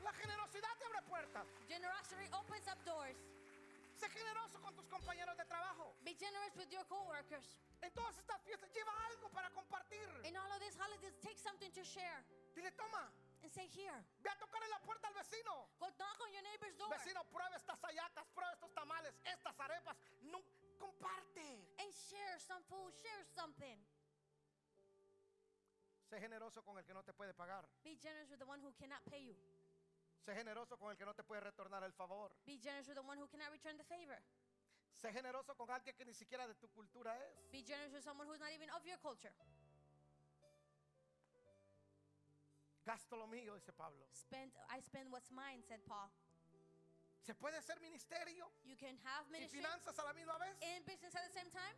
La generosidad te abre puertas.
Generosity opens up doors.
Sé generoso con tus compañeros de trabajo.
Be generous with your coworkers.
En todas estas fiestas lleva algo para compartir.
In all of these holidays, take something to share
Dile, toma,
and say, Here.
ve a tocar en la puerta al vecino.
Go knock on your neighbor's door
Vecino, prueba estas hallacas, prueba estos tamales, estas arepas. No, comparte.
and share some food, share something.
Sé generoso con el que no te puede pagar.
Be generous with the one who cannot pay you.
Sé generoso con el que no te puede retornar el favor.
Be generous with the one who cannot return the favor.
Sé generoso con alguien que ni siquiera de tu cultura es.
Be generous with someone who's not even of your culture.
Gasto lo mío, dice Pablo.
Spend, I spend what's mine, said Paul.
¿Se puede ser ministerio
You can have
y
ministry
finanzas a la misma vez?
and business at the same time.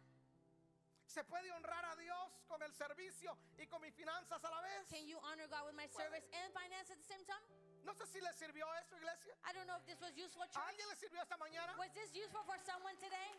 ¿Se puede honrar a Dios con el servicio y con mis finanzas a la
Can
vez?
you honor God with my
Puede.
service and finance at the same time?
No sé si le sirvió eso, iglesia.
I don't know if this was useful,
¿A
church.
alguien le sirvió esta mañana?
Was this useful for someone today?